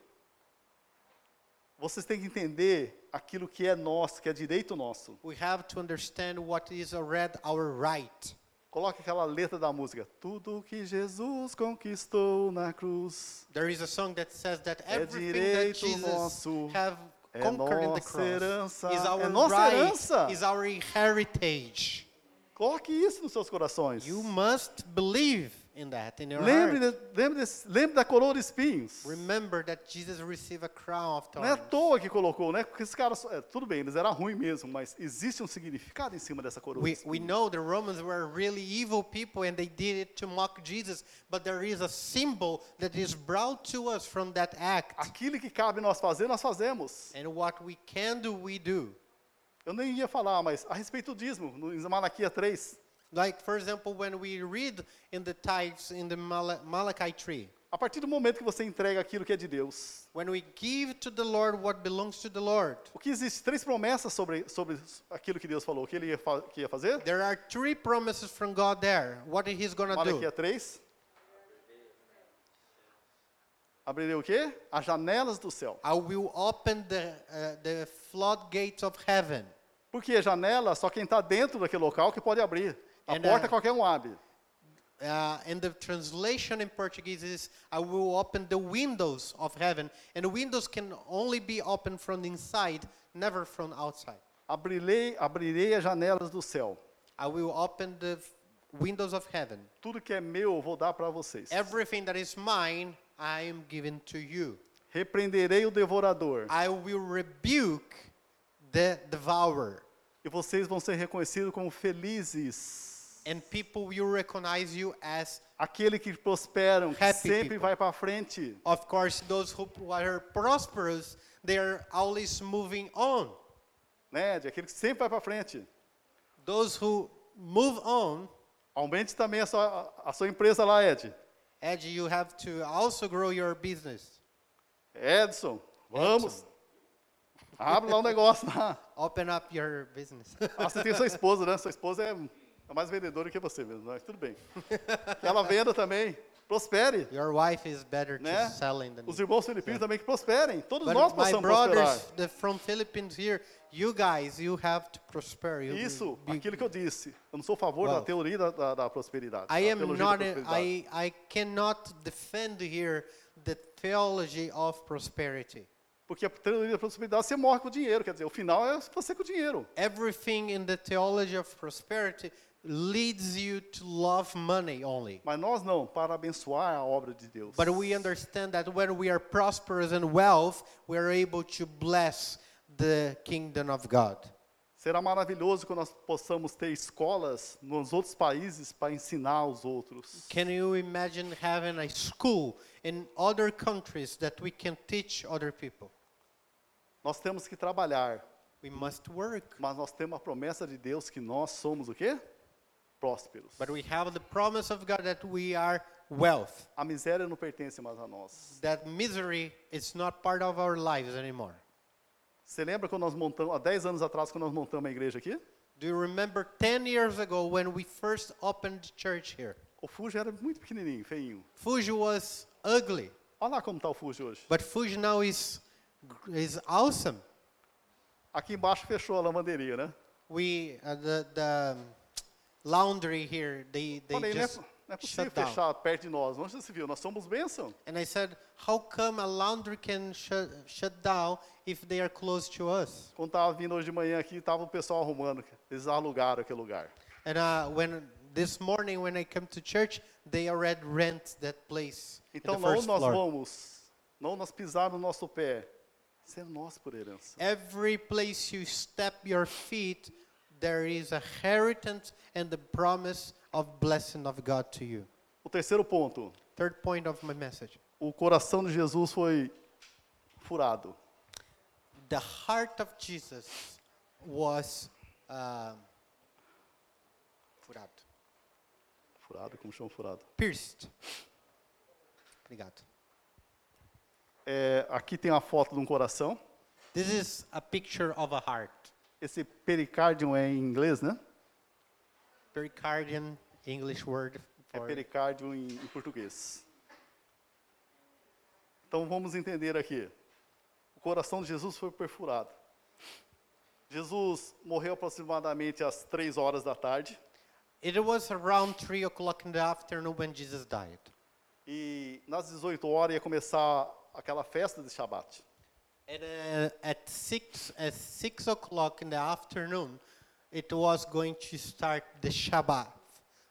[SPEAKER 1] Vocês têm que entender aquilo que é nosso, que é direito nosso.
[SPEAKER 2] We have to understand what is already our right.
[SPEAKER 1] Coloque aquela letra da música. Tudo que Jesus conquistou na cruz
[SPEAKER 2] There is a song that says that
[SPEAKER 1] É
[SPEAKER 2] everything that
[SPEAKER 1] direito
[SPEAKER 2] Jesus
[SPEAKER 1] nosso.
[SPEAKER 2] have
[SPEAKER 1] É
[SPEAKER 2] conquered in the
[SPEAKER 1] nossa
[SPEAKER 2] cross
[SPEAKER 1] herança.
[SPEAKER 2] is our
[SPEAKER 1] É nossa
[SPEAKER 2] right,
[SPEAKER 1] herança.
[SPEAKER 2] is our heritage.
[SPEAKER 1] Coloque isso nos seus corações.
[SPEAKER 2] You must believe in that in your
[SPEAKER 1] Lembre,
[SPEAKER 2] heart.
[SPEAKER 1] de- lembre, desse- lembre da coroa de espinhos.
[SPEAKER 2] Remember that Jesus received a crown of
[SPEAKER 1] Não é à
[SPEAKER 2] thorns.
[SPEAKER 1] toa que colocou, né? Porque esses caras, é, tudo bem, eles eram ruins mesmo, mas existe um significado em cima dessa coroa. de
[SPEAKER 2] We,
[SPEAKER 1] espinhos.
[SPEAKER 2] we know the Romans were really evil people and they did it to mock Jesus, but there is a symbol that is brought to us from that act.
[SPEAKER 1] Aquilo que cabe nós fazer, nós fazemos.
[SPEAKER 2] And what we can do, we do.
[SPEAKER 1] Eu nem ia falar, mas a respeito do dízimo, no, em Malaquias 3,
[SPEAKER 2] Like, for example, when we read in the tithes in the Mala- Malachi 3,
[SPEAKER 1] a partir do momento que você entrega aquilo que é de Deus,
[SPEAKER 2] when we give to the Lord what belongs to the Lord,
[SPEAKER 1] o que existe? Três promessas sobre, sobre aquilo que Deus falou, que ele ia, fa que ia fazer.
[SPEAKER 2] there are three promises from God there. What He's going to do?
[SPEAKER 1] Malaquias 3. Abrirei o quê? As janelas do céu.
[SPEAKER 2] I will open the, uh, the floodgates of heaven.
[SPEAKER 1] Porque janela, só quem está dentro daquele local que pode abrir. A
[SPEAKER 2] And,
[SPEAKER 1] porta
[SPEAKER 2] uh,
[SPEAKER 1] qualquer um abre.
[SPEAKER 2] uh, and the translation in Portuguese is I will open the windows of heaven and windows can only be opened from inside never from outside
[SPEAKER 1] Abrirei, abrirei as janelas do céu.
[SPEAKER 2] I will open the f- windows of heaven
[SPEAKER 1] Tudo que é meu eu vou dar para vocês.
[SPEAKER 2] everything that is mine I am giving to you
[SPEAKER 1] Repreenderei o devorador.
[SPEAKER 2] I will rebuke the devourer
[SPEAKER 1] E vocês vão ser reconhecidos como felizes.
[SPEAKER 2] and people will recognize you as
[SPEAKER 1] Aquele que prosperam, que
[SPEAKER 2] Happy
[SPEAKER 1] sempre
[SPEAKER 2] people.
[SPEAKER 1] vai para frente.
[SPEAKER 2] of course those who are prosperous they are always moving on
[SPEAKER 1] Né? De aquele que sempre vai para frente.
[SPEAKER 2] those who move on
[SPEAKER 1] Aumente também a sua, a sua empresa lá, Ed.
[SPEAKER 2] Ed, you have to also grow your business.
[SPEAKER 1] Edson, vamos. Abre lá um negócio lá.
[SPEAKER 2] Open up your business.
[SPEAKER 1] Ah, você tem sua esposa, né? Sua esposa é, é mais vendedora que você mesmo, mas tudo bem. Que ela venda também. Prospere.
[SPEAKER 2] your wife is better to
[SPEAKER 1] Né?
[SPEAKER 2] selling than
[SPEAKER 1] Os
[SPEAKER 2] you.
[SPEAKER 1] irmãos filipinos também que prosperem. Todos nós
[SPEAKER 2] But É. my
[SPEAKER 1] possamos
[SPEAKER 2] brothers
[SPEAKER 1] prosperar.
[SPEAKER 2] the, from Philippines here, you guys, you have to prosper. You
[SPEAKER 1] Isso,
[SPEAKER 2] be-
[SPEAKER 1] aquilo que eu disse. Eu não sou a favor
[SPEAKER 2] Well,
[SPEAKER 1] da teoria da, da, da prosperidade.
[SPEAKER 2] I
[SPEAKER 1] da
[SPEAKER 2] am
[SPEAKER 1] teologia da
[SPEAKER 2] not. a-
[SPEAKER 1] prosperidade.
[SPEAKER 2] I I cannot defend here the theology of prosperity.
[SPEAKER 1] Porque a teoria da prosperidade você morre com o dinheiro. Quer dizer, o final é você com o dinheiro.
[SPEAKER 2] Everything in the theology of prosperity, leads you to love money only.
[SPEAKER 1] Mas nós não, para abençoar a obra de Deus.
[SPEAKER 2] But we understand that when we are prosperous in wealth, we are able to bless the kingdom of God.
[SPEAKER 1] Será maravilhoso quando nós possamos ter escolas nos outros países para ensinar os outros.
[SPEAKER 2] Can you imagine having a school in other countries that we can teach other people?
[SPEAKER 1] Nós temos que trabalhar,
[SPEAKER 2] We must work.
[SPEAKER 1] mas nós temos a promessa de Deus que nós somos o quê? Prósperos.
[SPEAKER 2] But we have the promise of God that we are wealth,
[SPEAKER 1] A miséria não pertence mais a nós.
[SPEAKER 2] that misery is not part of our lives anymore.
[SPEAKER 1] Você lembra quando nós montamos, há 10 anos atrás, quando nós montamos a igreja aqui?
[SPEAKER 2] Do you remember 10 years ago when we first opened the church here?
[SPEAKER 1] O Fuji era muito pequenininho, feinho.
[SPEAKER 2] Fuji was ugly,
[SPEAKER 1] Olha lá como está o Fuji hoje.
[SPEAKER 2] but Fuji now is, is awesome.
[SPEAKER 1] Aqui embaixo fechou a lavanderia, né?
[SPEAKER 2] We, uh, the, the laundry here, they, they
[SPEAKER 1] Falei, não é,
[SPEAKER 2] just
[SPEAKER 1] po- não é possível
[SPEAKER 2] shut down.
[SPEAKER 1] fechar perto de nós. Onde você viu? Nós somos bênção.
[SPEAKER 2] And I said, how come a laundry can shut, shut down if they are close to us?
[SPEAKER 1] Quando estava vindo hoje de manhã aqui, estava o pessoal arrumando. Eles alugaram aquele lugar.
[SPEAKER 2] And uh, when this morning when I come to church, they already rent that place in
[SPEAKER 1] Então,
[SPEAKER 2] the
[SPEAKER 1] não
[SPEAKER 2] first
[SPEAKER 1] nós
[SPEAKER 2] floor.
[SPEAKER 1] vamos, não nós pisar no nosso pé. Isso é nosso por herança.
[SPEAKER 2] Every place you step your feet, there is a inheritance and the promise of blessing of God to you.
[SPEAKER 1] O terceiro ponto.
[SPEAKER 2] Third point of my message:
[SPEAKER 1] O coração de Jesus foi furado.
[SPEAKER 2] the heart of Jesus was um, furado,
[SPEAKER 1] Furado, como chama furado?
[SPEAKER 2] pierced. Obrigado.
[SPEAKER 1] É, aqui tem a foto de um coração.
[SPEAKER 2] This is a picture of a heart.
[SPEAKER 1] Esse pericardium é em inglês, né?
[SPEAKER 2] Pericardium, English word
[SPEAKER 1] É
[SPEAKER 2] for
[SPEAKER 1] pericárdio em, em português. Então vamos entender aqui. O coração de Jesus foi perfurado. Jesus morreu aproximadamente às três horas da tarde
[SPEAKER 2] It was around 3 o'clock in the afternoon when Jesus died.
[SPEAKER 1] e nas 18 horas ia começar aquela festa de Shabat.
[SPEAKER 2] And uh, at, six, at 6 o'clock in the afternoon, it was going to start the Shabbat,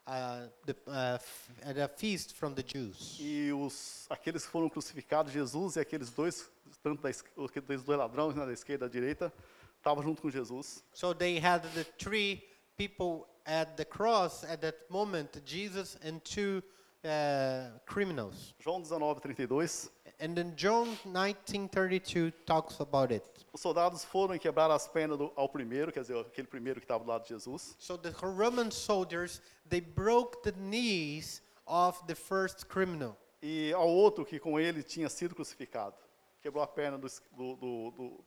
[SPEAKER 2] uh, the, uh, f- uh, the feast from the Jews.
[SPEAKER 1] E os, aqueles que foram crucificados, Jesus e aqueles dois, tanto da, es- aqueles dois ladrões, né, da esquerda e da direita, estavam junto com Jesus.
[SPEAKER 2] So they had the three people at the cross at that moment Jesus and two uh, criminals.
[SPEAKER 1] João 19, 32.
[SPEAKER 2] And then John 19:32 talks about it.
[SPEAKER 1] Os soldados foram e quebraram as pernas do, ao primeiro, quer dizer, aquele primeiro que estava do lado de Jesus.
[SPEAKER 2] So the Roman soldiers they broke the knees of the first criminal,
[SPEAKER 1] e ao outro que com ele tinha sido crucificado. Quebrou a perna do, es- do, do, do-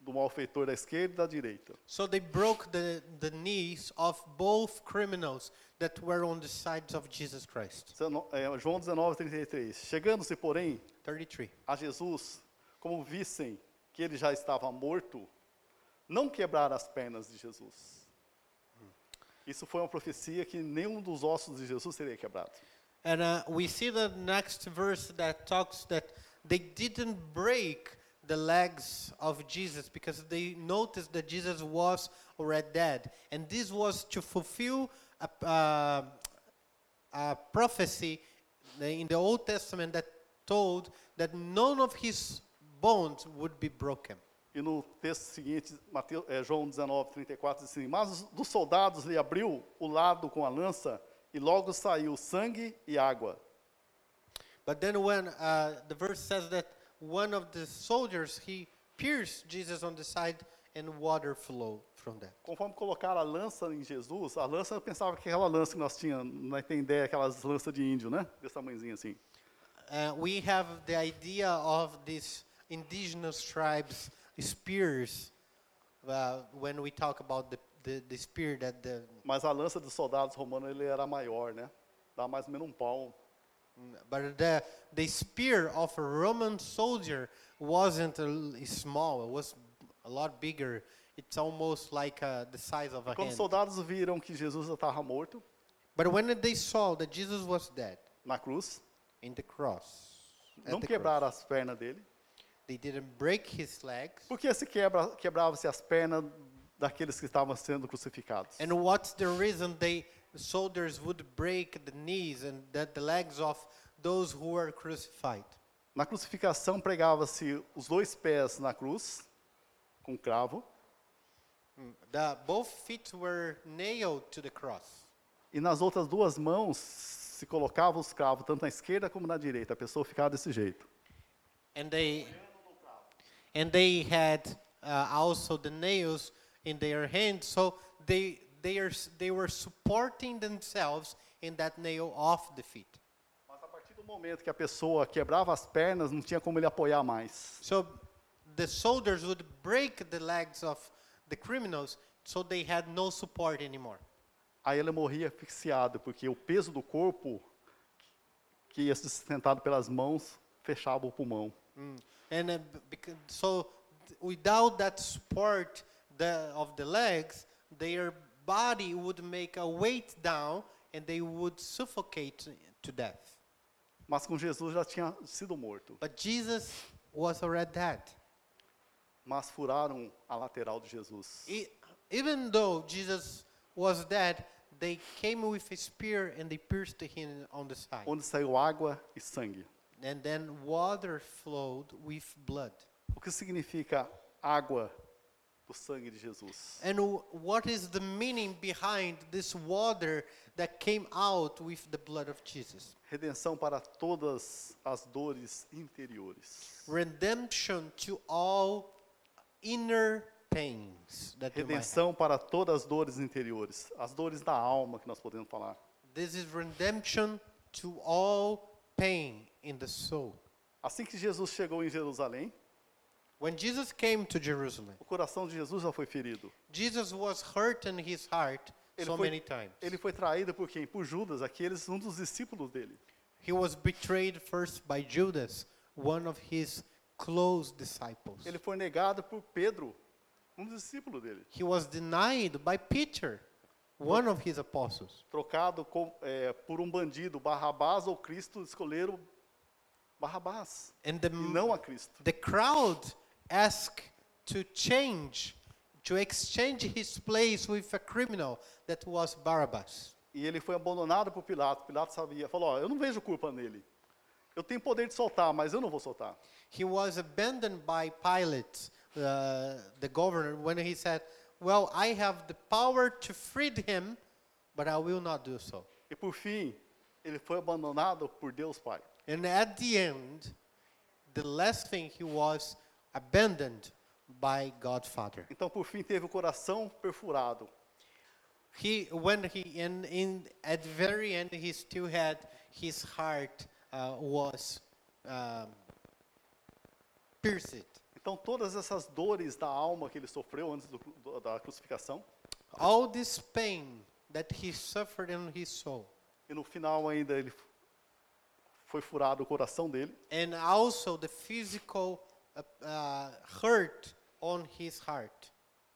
[SPEAKER 1] do malfeitor da esquerda e da direita.
[SPEAKER 2] so they broke the, the knees of both criminals that were on the sides of Jesus Christ.
[SPEAKER 1] Dezeno- é, João 19, 33. Chegando-se, porém,
[SPEAKER 2] 33.
[SPEAKER 1] a Jesus, como vissem que ele já estava morto, não quebraram as pernas de Jesus. Isso foi uma profecia que nenhum dos ossos de Jesus seria quebrado.
[SPEAKER 2] And uh, we see the next verse that talks that they didn't break the legs of Jesus because they noticed that Jesus was already dead. And this was to fulfill a, uh, a prophecy in the Old Testament that told that none of his bones would be broken.
[SPEAKER 1] E no texto seguinte, Mateu, é, João 19, 34, diz assim, Mas os- dos soldados lhe abriu o lado com a lança, e logo saiu sangue e água.
[SPEAKER 2] But then when uh, the verse says that one of the soldiers, he pierced Jesus on the side and water flowed from that.
[SPEAKER 1] Conforme colocaram a lança em Jesus, a lança, eu pensava que aquela lança que nós tínhamos, não tem ideia, aquelas lanças de índio, né? Desse tamanhozinho assim.
[SPEAKER 2] Uh, we have the idea of these indigenous tribes spears uh, when we talk about the, the, the spear that the
[SPEAKER 1] Mas a lança dos soldados romanos, ele era maior, né? Dá mais ou menos um palmo.
[SPEAKER 2] but the, the spear of a Roman soldier wasn't a l- small it was a lot bigger it's almost like uh, the size of a
[SPEAKER 1] Quando os
[SPEAKER 2] hand
[SPEAKER 1] soldados viram que Jesus já estava morto
[SPEAKER 2] but when they saw that Jesus was dead
[SPEAKER 1] na cruz,
[SPEAKER 2] in the cross at
[SPEAKER 1] não
[SPEAKER 2] the cross,
[SPEAKER 1] quebraram as pernas dele,
[SPEAKER 2] they didn't break his legs
[SPEAKER 1] porque se quebra, quebrava-se as pernas da- daqueles que estavam sendo crucificados.
[SPEAKER 2] And what's the reason they soldiers would break the knees and that the legs of those who were crucified?
[SPEAKER 1] Na crucificação pregava-se os dois pés na cruz com cravo
[SPEAKER 2] The both feet were nailed to the cross,
[SPEAKER 1] e nas outras duas mãos se colocava os cravos tanto na esquerda como na direita. A pessoa ficava desse jeito.
[SPEAKER 2] and they and they had uh, also the nails in their hands, so they they are s- they were supporting themselves in that nail of the feet.
[SPEAKER 1] Mas a partir do momento que a pessoa quebrava as pernas, não tinha como ele apoiar mais.
[SPEAKER 2] So the soldiers would break the legs of the criminals, so they had no support anymore.
[SPEAKER 1] Aí ele morria asfixiado, porque o peso do corpo que ia ser sustentado pelas mãos fechava o pulmão.
[SPEAKER 2] Mm. And uh, because, so th- without that support the, of the legs, their body would make a weight down and they would suffocate to death.
[SPEAKER 1] Mas com Jesus já tinha sido morto.
[SPEAKER 2] But Jesus was already dead.
[SPEAKER 1] Mas furaram a lateral de Jesus.
[SPEAKER 2] E- even though Jesus was dead, they came with a spear and they pierced him on the side.
[SPEAKER 1] Onde saiu água e sangue.
[SPEAKER 2] And then water flowed with blood.
[SPEAKER 1] O que significa água do sangue de Jesus?
[SPEAKER 2] And w- what is the meaning behind this water that came out with the blood of Jesus?
[SPEAKER 1] Redenção para todas as dores interiores.
[SPEAKER 2] Redemption to all inner pains that you might have.
[SPEAKER 1] Redenção para todas as dores interiores. As dores da alma que nós podemos falar.
[SPEAKER 2] This is redemption to all pain in the soul.
[SPEAKER 1] Assim que Jesus chegou em Jerusalém,
[SPEAKER 2] When Jesus came to Jerusalem,
[SPEAKER 1] o coração de Jesus já foi ferido.
[SPEAKER 2] Jesus was hurt in his heart
[SPEAKER 1] Ele
[SPEAKER 2] so
[SPEAKER 1] foi-
[SPEAKER 2] many times.
[SPEAKER 1] Ele foi traído por quem? Por Judas, aqueles um dos discípulos dele.
[SPEAKER 2] He was betrayed first by Judas, one of his close disciples.
[SPEAKER 1] Ele foi negado por Pedro, um discípulo dele.
[SPEAKER 2] He was denied by Peter, one of his apostles.
[SPEAKER 1] Trocado com- é, por um bandido, Barrabás ou Cristo, escolheram Barrabás
[SPEAKER 2] And the,
[SPEAKER 1] e não a Cristo.
[SPEAKER 2] the crowd asked to change, to exchange his place with a criminal that was Barabbas.
[SPEAKER 1] E ele foi abandonado por Pilatos. Pilatos sabia, falou: ó, eu não vejo culpa nele. Eu tenho poder de soltar, mas eu não vou soltar.
[SPEAKER 2] He was abandoned by Pilate, uh, the governor, when he said, Well, I have the power to free him, but I will not do so.
[SPEAKER 1] E por fim, ele foi abandonado por Deus Pai.
[SPEAKER 2] And at the end, the last thing he was abandoned by God Father.
[SPEAKER 1] Então, por fim, teve o coração perfurado.
[SPEAKER 2] He, when he, and in at the very end, he still had his heart uh, was um, pierced.
[SPEAKER 1] Então, todas essas dores da alma que ele sofreu antes do- do- da crucificação,
[SPEAKER 2] All this pain that he suffered in his soul,
[SPEAKER 1] e no final ainda ele f- foi furado o coração dele,
[SPEAKER 2] and also the physical uh, uh, hurt on his heart,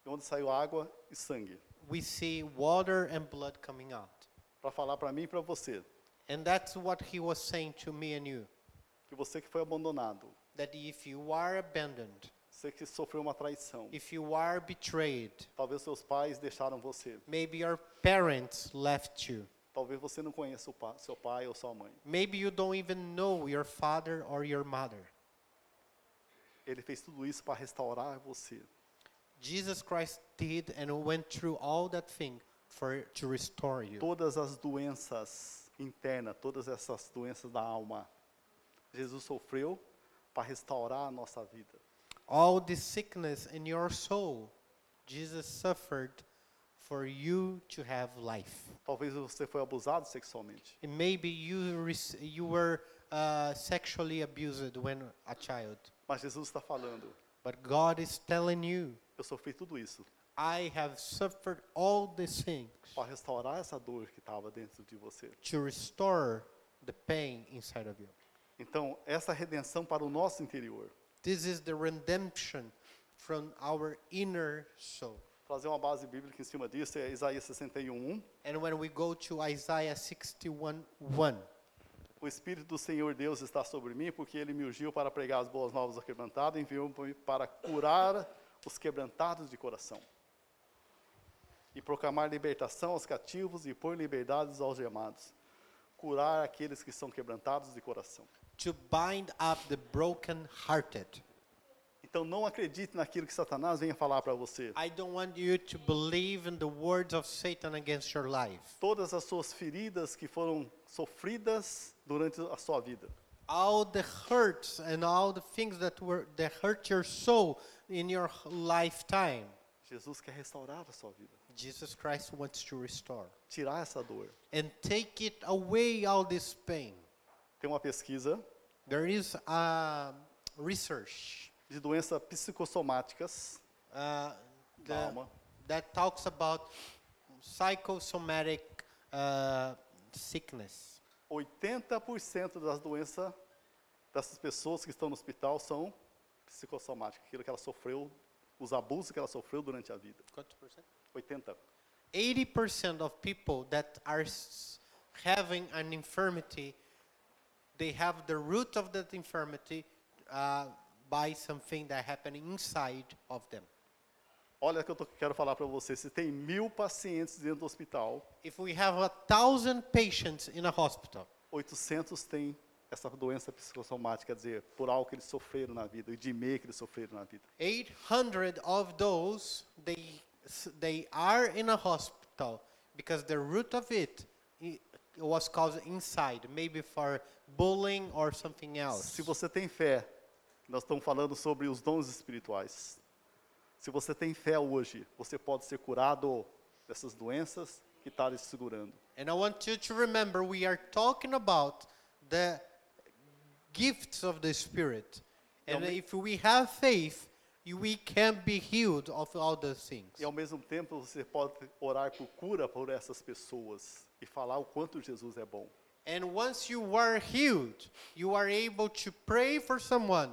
[SPEAKER 1] onde saiu água e sangue,
[SPEAKER 2] we see water and blood coming out.
[SPEAKER 1] para falar para mim e para você,
[SPEAKER 2] And that's what he was saying to me and you
[SPEAKER 1] que você que foi abandonado,
[SPEAKER 2] that if you are abandoned,
[SPEAKER 1] você que sofreu uma traição,
[SPEAKER 2] if you are betrayed,
[SPEAKER 1] talvez seus pais deixaram você,
[SPEAKER 2] maybe your parents left you,
[SPEAKER 1] talvez você não conheça o pa- seu pai ou sua mãe.
[SPEAKER 2] maybe you don't even know your father or your mother.
[SPEAKER 1] Ele fez tudo isso para restaurar você.
[SPEAKER 2] Jesus Christ did and went through all that thing for to restore you.
[SPEAKER 1] Todas as doenças internas, todas essas doenças da alma, Jesus sofreu para restaurar a nossa vida.
[SPEAKER 2] All the sickness in your soul, Jesus suffered for you to have life.
[SPEAKER 1] Talvez você foi abusado sexualmente.
[SPEAKER 2] And maybe you rec- you were uh, sexually abused when a child.
[SPEAKER 1] Mas Jesus está falando,
[SPEAKER 2] But God is telling you,
[SPEAKER 1] eu sofri tudo isso
[SPEAKER 2] I have suffered all these things
[SPEAKER 1] para restaurar essa dor que estava dentro de você.
[SPEAKER 2] to restore the pain inside of you.
[SPEAKER 1] Então, essa redenção para o nosso interior.
[SPEAKER 2] This is the redemption from our inner soul.
[SPEAKER 1] Trazer uma base bíblica em cima disso é Isaías 61:1.
[SPEAKER 2] And when we go to Isaiah 61 1,
[SPEAKER 1] O Espírito do Senhor Deus está sobre mim, porque ele me ungiu para pregar as boas novas ao quebrantado, enviou-me para curar os quebrantados de coração. e proclamar libertação aos cativos e pôr liberdade aos algemados, curar aqueles que são quebrantados de coração.
[SPEAKER 2] to bind up the brokenhearted.
[SPEAKER 1] Então não acredite naquilo que Satanás vem falar para você.
[SPEAKER 2] I don't want you to believe in the words of Satan against your life.
[SPEAKER 1] Todas as suas feridas que foram sofridas durante a sua vida.
[SPEAKER 2] All the hurts and all the things that were that hurt your soul in your lifetime,
[SPEAKER 1] Jesus quer restaurar a sua vida,
[SPEAKER 2] Jesus Christ wants to restore
[SPEAKER 1] tirar essa dor.
[SPEAKER 2] and take it away all this pain.
[SPEAKER 1] Tem uma pesquisa
[SPEAKER 2] There is uh, research
[SPEAKER 1] de doenças psicossomáticas
[SPEAKER 2] uh, the-
[SPEAKER 1] Calma.
[SPEAKER 2] that talks about psychosomatic uh, sickness.
[SPEAKER 1] 80% das doenças dessas pessoas que estão no hospital são psicossomáticas, aquilo que ela sofreu, os abusos que ela sofreu durante a vida.
[SPEAKER 2] Quanto por cento?
[SPEAKER 1] 80.
[SPEAKER 2] 80% of people that are s- having an infirmity, they have the root of that infirmity uh, by something that happened inside of them.
[SPEAKER 1] Olha o que eu tô- quero falar para você. Se tem mil pacientes dentro do hospital,
[SPEAKER 2] If we have a thousand patients in a hospital,
[SPEAKER 1] 800 têm essa doença psicossomática, quer dizer, por algo que eles sofreram na vida, o edmê que eles sofreram na vida.
[SPEAKER 2] 800 of those they s- they are in a hospital because the root of it i- was caused inside, maybe for bullying or something else.
[SPEAKER 1] Se você tem fé, nós estamos falando sobre os dons espirituais. Se você tem fé hoje, você pode ser curado dessas doenças que estão lhe segurando.
[SPEAKER 2] And I want you to remember we are talking about the gifts of the Spirit. And
[SPEAKER 1] Não, me-
[SPEAKER 2] if we have faith, you- we can be healed of all those things.
[SPEAKER 1] E ao mesmo tempo você pode orar por cura por essas pessoas e falar o quanto Jesus é bom.
[SPEAKER 2] And once you are healed, you are able to pray for someone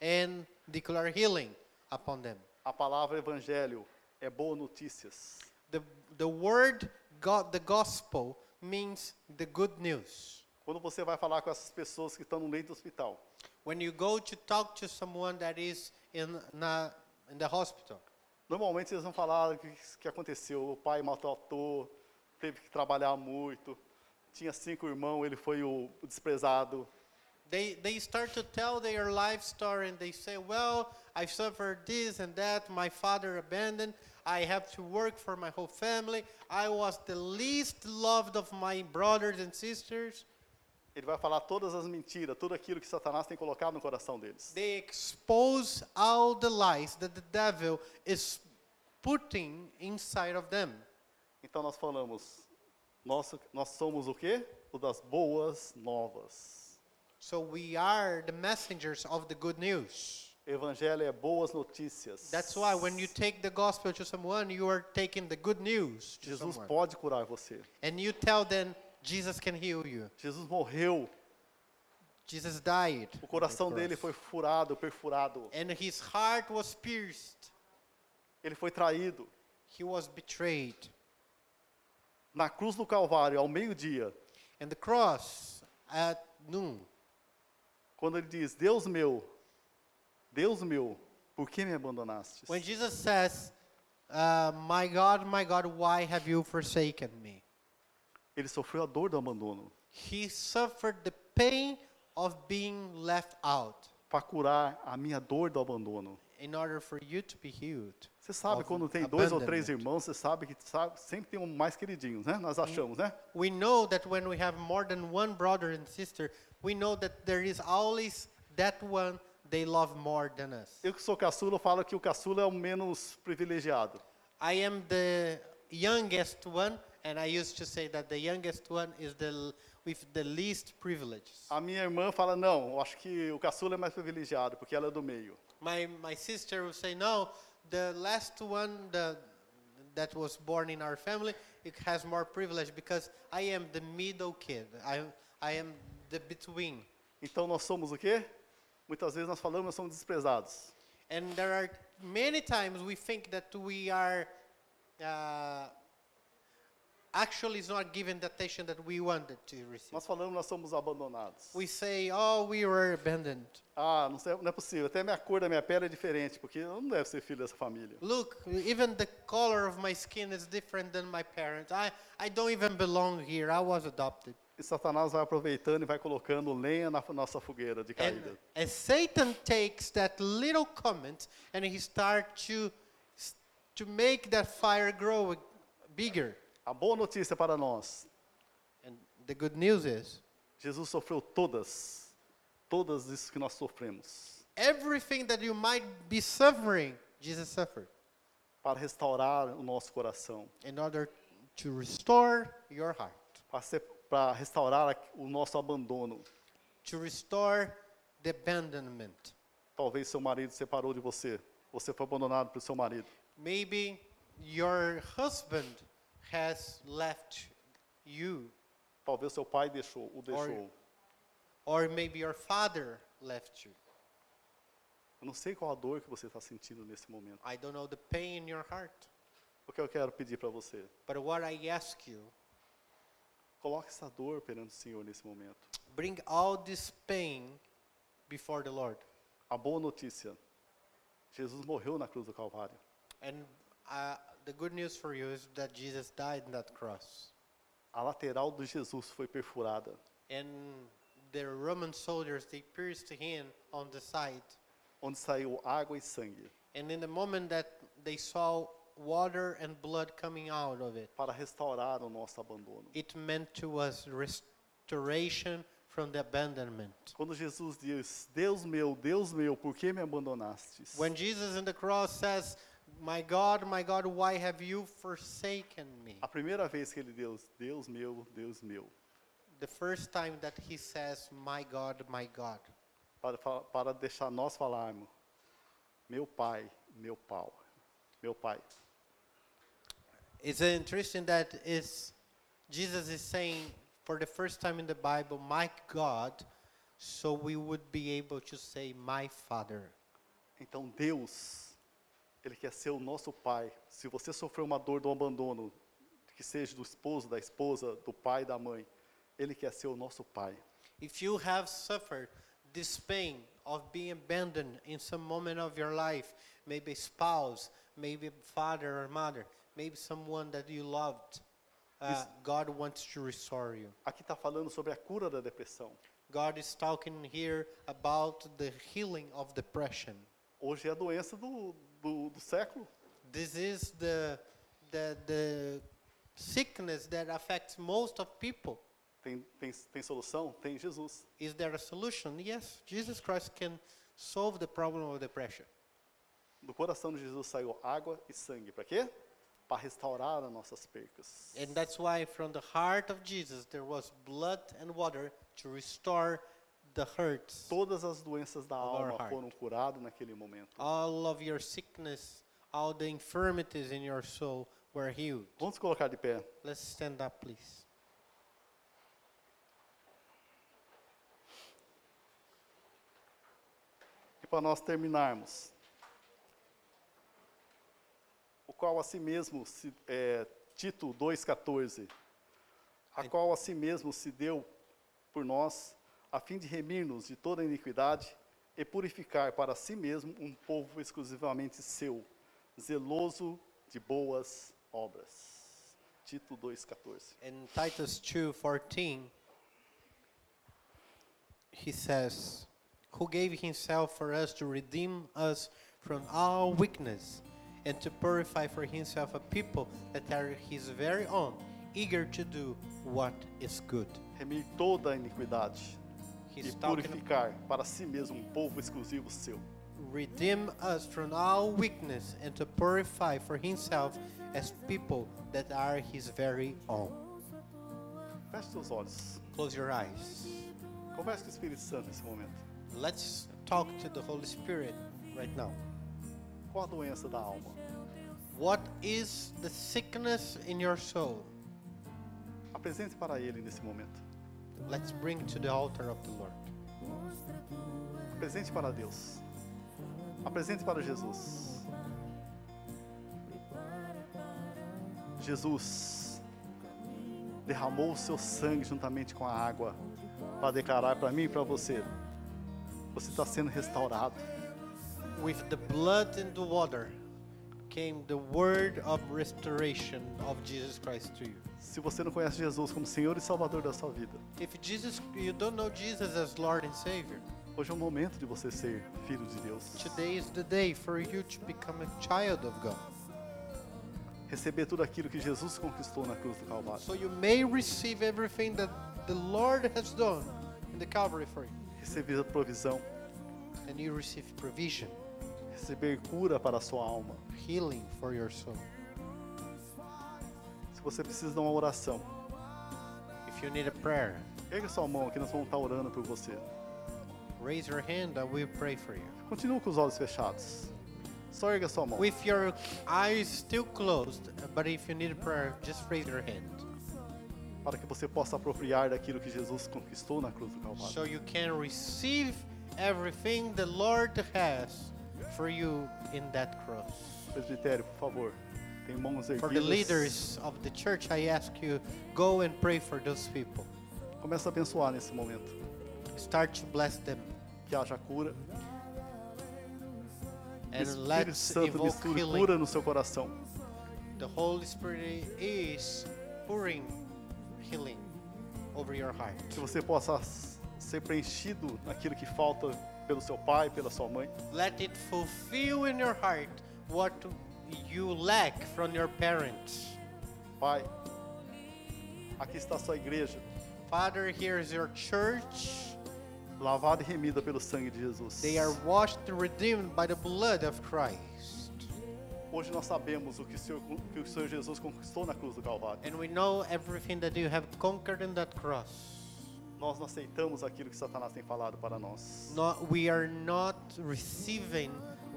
[SPEAKER 2] and declare healing upon them.
[SPEAKER 1] A palavra evangelho é boa notícias.
[SPEAKER 2] The, the word God, the gospel means the good news.
[SPEAKER 1] Quando você vai falar com essas pessoas que estão no leito do hospital,
[SPEAKER 2] When you go to talk to someone that is in, na, in the hospital,
[SPEAKER 1] normalmente eles vão falar o que, que aconteceu. O pai maltratou, teve que trabalhar muito, tinha cinco irmãos, ele foi o desprezado.
[SPEAKER 2] they they start to tell their life story and they say well i suffered this and that my father abandoned i have to work for my whole family i was the least loved of my brothers and sisters
[SPEAKER 1] Ele vai falar todas as mentiras, tudo aquilo que Satanás tem colocado no coração deles.
[SPEAKER 2] they expose all the lies that the devil is putting inside of them
[SPEAKER 1] Então nós falamos, nós, nós somos o quê? O das boas novas.
[SPEAKER 2] so we are the messengers of the good news
[SPEAKER 1] Evangelho é boas notícias.
[SPEAKER 2] that's why when you take the gospel to someone you are taking the good news to
[SPEAKER 1] Jesus
[SPEAKER 2] someone.
[SPEAKER 1] pode curar você.
[SPEAKER 2] and you tell them Jesus can heal you.
[SPEAKER 1] Jesus morreu,
[SPEAKER 2] Jesus died.
[SPEAKER 1] o coração
[SPEAKER 2] on the
[SPEAKER 1] dele foi
[SPEAKER 2] cross.
[SPEAKER 1] furado, perfurado.
[SPEAKER 2] And his heart was pierced.
[SPEAKER 1] Ele foi traído.
[SPEAKER 2] He was betrayed.
[SPEAKER 1] Na cruz do Calvário, ao meio-dia,
[SPEAKER 2] And the cross at noon,
[SPEAKER 1] quando ele diz: Deus meu, Deus meu, por que me abandonaste?
[SPEAKER 2] when Jesus says, uh, My God, my God, why have you forsaken me?
[SPEAKER 1] Ele sofreu a dor do abandono
[SPEAKER 2] He suffered the pain of being left out
[SPEAKER 1] para curar a minha dor do abandono.
[SPEAKER 2] in order for you to be healed.
[SPEAKER 1] Você sabe
[SPEAKER 2] of
[SPEAKER 1] quando tem dois ou
[SPEAKER 2] abandonment.
[SPEAKER 1] três irmãos, você sabe que sabe, sempre tem um mais queridinho, né? Nós achamos, né?
[SPEAKER 2] We know that when we have more than one brother and sister, we know that there is always that one they love more than us.
[SPEAKER 1] Eu que sou caçula, eu falo que o caçula é o menos privilegiado.
[SPEAKER 2] I am the youngest one, and I used to say that the youngest one is the l- with the least privileges.
[SPEAKER 1] A minha irmã fala, não, eu acho que o caçula é mais privilegiado, porque ela é do meio.
[SPEAKER 2] My my sister will say no, the last one the that was born in our family it has more privilege because I am the middle kid. I I am the between.
[SPEAKER 1] Então nós somos o quê? Muitas vezes nós falamos, nós somos desprezados.
[SPEAKER 2] And there are many times we think that we are uh, actually is not giving the attention that we wanted to receive.
[SPEAKER 1] Nós falamos, nós somos abandonados.
[SPEAKER 2] We say, oh, we were abandoned.
[SPEAKER 1] Ah, não, sei- não é possível. Até a minha cor da minha pele é diferente, porque eu não devo ser filho dessa família.
[SPEAKER 2] Look, even the color of my skin is different than my parents. I, I don't even belong here. I was adopted.
[SPEAKER 1] E Satanás vai aproveitando e vai colocando lenha na nossa fogueira de
[SPEAKER 2] And
[SPEAKER 1] caída.
[SPEAKER 2] as Satan takes that little comment and he starts to, to make that fire grow bigger.
[SPEAKER 1] A boa notícia para nós:
[SPEAKER 2] And the good news is,
[SPEAKER 1] Jesus sofreu todas, todas isso que nós sofremos,
[SPEAKER 2] everything that you might be suffering, Jesus suffered
[SPEAKER 1] para restaurar o nosso coração,
[SPEAKER 2] in order to restore your heart,
[SPEAKER 1] para ser- para restaurar a- o nosso abandono.
[SPEAKER 2] to restore the abandonment.
[SPEAKER 1] Talvez seu marido separou de você, você foi abandonado pelo seu marido.
[SPEAKER 2] Maybe your husband has left you,
[SPEAKER 1] Talvez seu pai deixou, o deixou.
[SPEAKER 2] or maybe your father left you.
[SPEAKER 1] Eu não sei qual a dor que você está sentindo nesse momento.
[SPEAKER 2] I don't know the pain in your heart,
[SPEAKER 1] O que eu quero pedir para você?
[SPEAKER 2] but what I ask you,
[SPEAKER 1] Coloque essa dor perante o Senhor nesse momento.
[SPEAKER 2] bring all this pain before the Lord.
[SPEAKER 1] A boa notícia: Jesus morreu na cruz do Calvário.
[SPEAKER 2] And uh, the good news for you is that Jesus died on that cross.
[SPEAKER 1] A lateral de Jesus foi perfurada.
[SPEAKER 2] And the Roman soldiers, they pierced him on the side.
[SPEAKER 1] onde saiu água e sangue,
[SPEAKER 2] And in the moment that they saw water and blood coming out of it,
[SPEAKER 1] para restaurar o nosso abandono.
[SPEAKER 2] it meant to us restoration from the abandonment.
[SPEAKER 1] Quando Jesus diz, Deus meu, Deus meu, por que me abandonastes?
[SPEAKER 2] When Jesus on the cross says, My God, my God, why have you forsaken me?
[SPEAKER 1] A primeira vez que ele deu, Deus meu, Deus meu,
[SPEAKER 2] The first time that he says, My God, my God,
[SPEAKER 1] para, fa- para deixar nós falarmos, meu pai, meu pau, meu pai.
[SPEAKER 2] it's interesting that it's, Jesus is saying for the first time in the Bible, My God, so we would be able to say, My Father.
[SPEAKER 1] Então Deus, ele quer ser o nosso pai. Se você sofreu uma dor do abandono, que seja do esposo, da esposa, do pai, da mãe, ele quer ser o nosso pai.
[SPEAKER 2] If you have suffered this pain of being abandoned in some moment of your life, maybe a spouse, maybe a father or mother, maybe someone that you loved, uh, God wants to restore you.
[SPEAKER 1] Aqui está falando sobre a cura da depressão.
[SPEAKER 2] God is talking here about the healing of depression.
[SPEAKER 1] Hoje é a doença do, do, do século.
[SPEAKER 2] This is the, the, the sickness that affects most of people.
[SPEAKER 1] Tem, tem, tem solução? Tem Jesus.
[SPEAKER 2] Is there a solution? Yes, Jesus Christ can solve the problem of depression.
[SPEAKER 1] Do coração de Jesus saiu água e sangue. Para quê? Para restaurar as nossas percas.
[SPEAKER 2] And that's why from the heart of Jesus there was blood and water to restore the hurts.
[SPEAKER 1] Todas as doenças da
[SPEAKER 2] Of our
[SPEAKER 1] alma
[SPEAKER 2] heart.
[SPEAKER 1] foram curadas naquele momento.
[SPEAKER 2] All of your sickness, all the infirmities in your soul were healed.
[SPEAKER 1] Vamos colocar de pé.
[SPEAKER 2] Let's stand up, please.
[SPEAKER 1] E para nós terminarmos. O qual a si mesmo, se, é, Tito 2,14. A qual a si mesmo se deu por nós, a fim de remir-nos de toda iniquidade e purificar para si mesmo um povo exclusivamente seu, zeloso de boas obras. Tito 2,14.
[SPEAKER 2] In Titus 2:14 he says, "Who gave himself for us to redeem us from all weakness and to purify for himself a people that are his very own, eager to do what is good."
[SPEAKER 1] Remir toda a iniquidade
[SPEAKER 2] He's
[SPEAKER 1] e
[SPEAKER 2] talking about
[SPEAKER 1] purificar para si mesmo um povo exclusivo seu.
[SPEAKER 2] redeem us from all weakness and to purify for himself as people that are his very own.
[SPEAKER 1] Feche seus olhos.
[SPEAKER 2] Close your eyes.
[SPEAKER 1] Converse com o Espírito Santo nesse momento.
[SPEAKER 2] Let's talk to the Holy Spirit right now.
[SPEAKER 1] Qual a doença da alma?
[SPEAKER 2] What is the sickness in your soul?
[SPEAKER 1] Apresente para ele nesse momento.
[SPEAKER 2] Let's bring to the altar of the Lord.
[SPEAKER 1] Apresente para Deus. Apresente para Jesus. Jesus, derramou o seu sangue juntamente com a água para declarar para mim e para você: você está sendo restaurado.
[SPEAKER 2] With the blood and the water came the word of restoration of Jesus Christ to you.
[SPEAKER 1] Se você não conhece Jesus como Senhor e Salvador da sua vida,
[SPEAKER 2] If Jesus, you don't know Jesus as Lord and Savior,
[SPEAKER 1] hoje é o momento de você ser filho de Deus.
[SPEAKER 2] today is the day for you to become a child of God.
[SPEAKER 1] Receber tudo aquilo que Jesus conquistou na cruz do Calvário.
[SPEAKER 2] So you may receive everything that the Lord has done in the Calvary for you,
[SPEAKER 1] Receber provisão,
[SPEAKER 2] and you receive provision,
[SPEAKER 1] receber cura para a sua alma.
[SPEAKER 2] healing for your soul.
[SPEAKER 1] Se você precisa de uma oração,
[SPEAKER 2] If you need a prayer,
[SPEAKER 1] erga sua mão que nós vamos estar orando por você.
[SPEAKER 2] raise your hand. I will pray for you.
[SPEAKER 1] Continua com os olhos fechados. Só erga sua mão.
[SPEAKER 2] With your eyes still closed, but if you need a prayer, just raise your hand
[SPEAKER 1] para que você possa apropriar daquilo que Jesus conquistou na cruz do Calvário.
[SPEAKER 2] so you can receive everything the Lord has for you in that cross.
[SPEAKER 1] Presbitério, por favor, tem mãos
[SPEAKER 2] For the
[SPEAKER 1] erguidas.
[SPEAKER 2] leaders of the church, I ask you go and pray for those people.
[SPEAKER 1] Começa a abençoar nesse momento.
[SPEAKER 2] Start to bless them
[SPEAKER 1] Que haja cura.
[SPEAKER 2] and
[SPEAKER 1] Espírito
[SPEAKER 2] let's
[SPEAKER 1] Santo
[SPEAKER 2] evoke
[SPEAKER 1] misture
[SPEAKER 2] healing.
[SPEAKER 1] cura no seu coração.
[SPEAKER 2] The Holy Spirit is pouring healing over your heart.
[SPEAKER 1] Que você possa s- ser preenchido naquilo que falta pelo seu pai, pela sua mãe.
[SPEAKER 2] Let it fulfill in your heart what you lack from your parents.
[SPEAKER 1] Pai, aqui está a sua igreja,
[SPEAKER 2] Father, here is your church.
[SPEAKER 1] lavada e remida pelo sangue de Jesus.
[SPEAKER 2] They are washed and redeemed by the blood of Christ.
[SPEAKER 1] Hoje nós sabemos o que o, Senhor, que o Senhor Jesus conquistou na cruz do Calvário.
[SPEAKER 2] And we know everything that you have conquered in that cross.
[SPEAKER 1] Nós não aceitamos aquilo que Satanás tem falado para nós.
[SPEAKER 2] Not, we are not receiving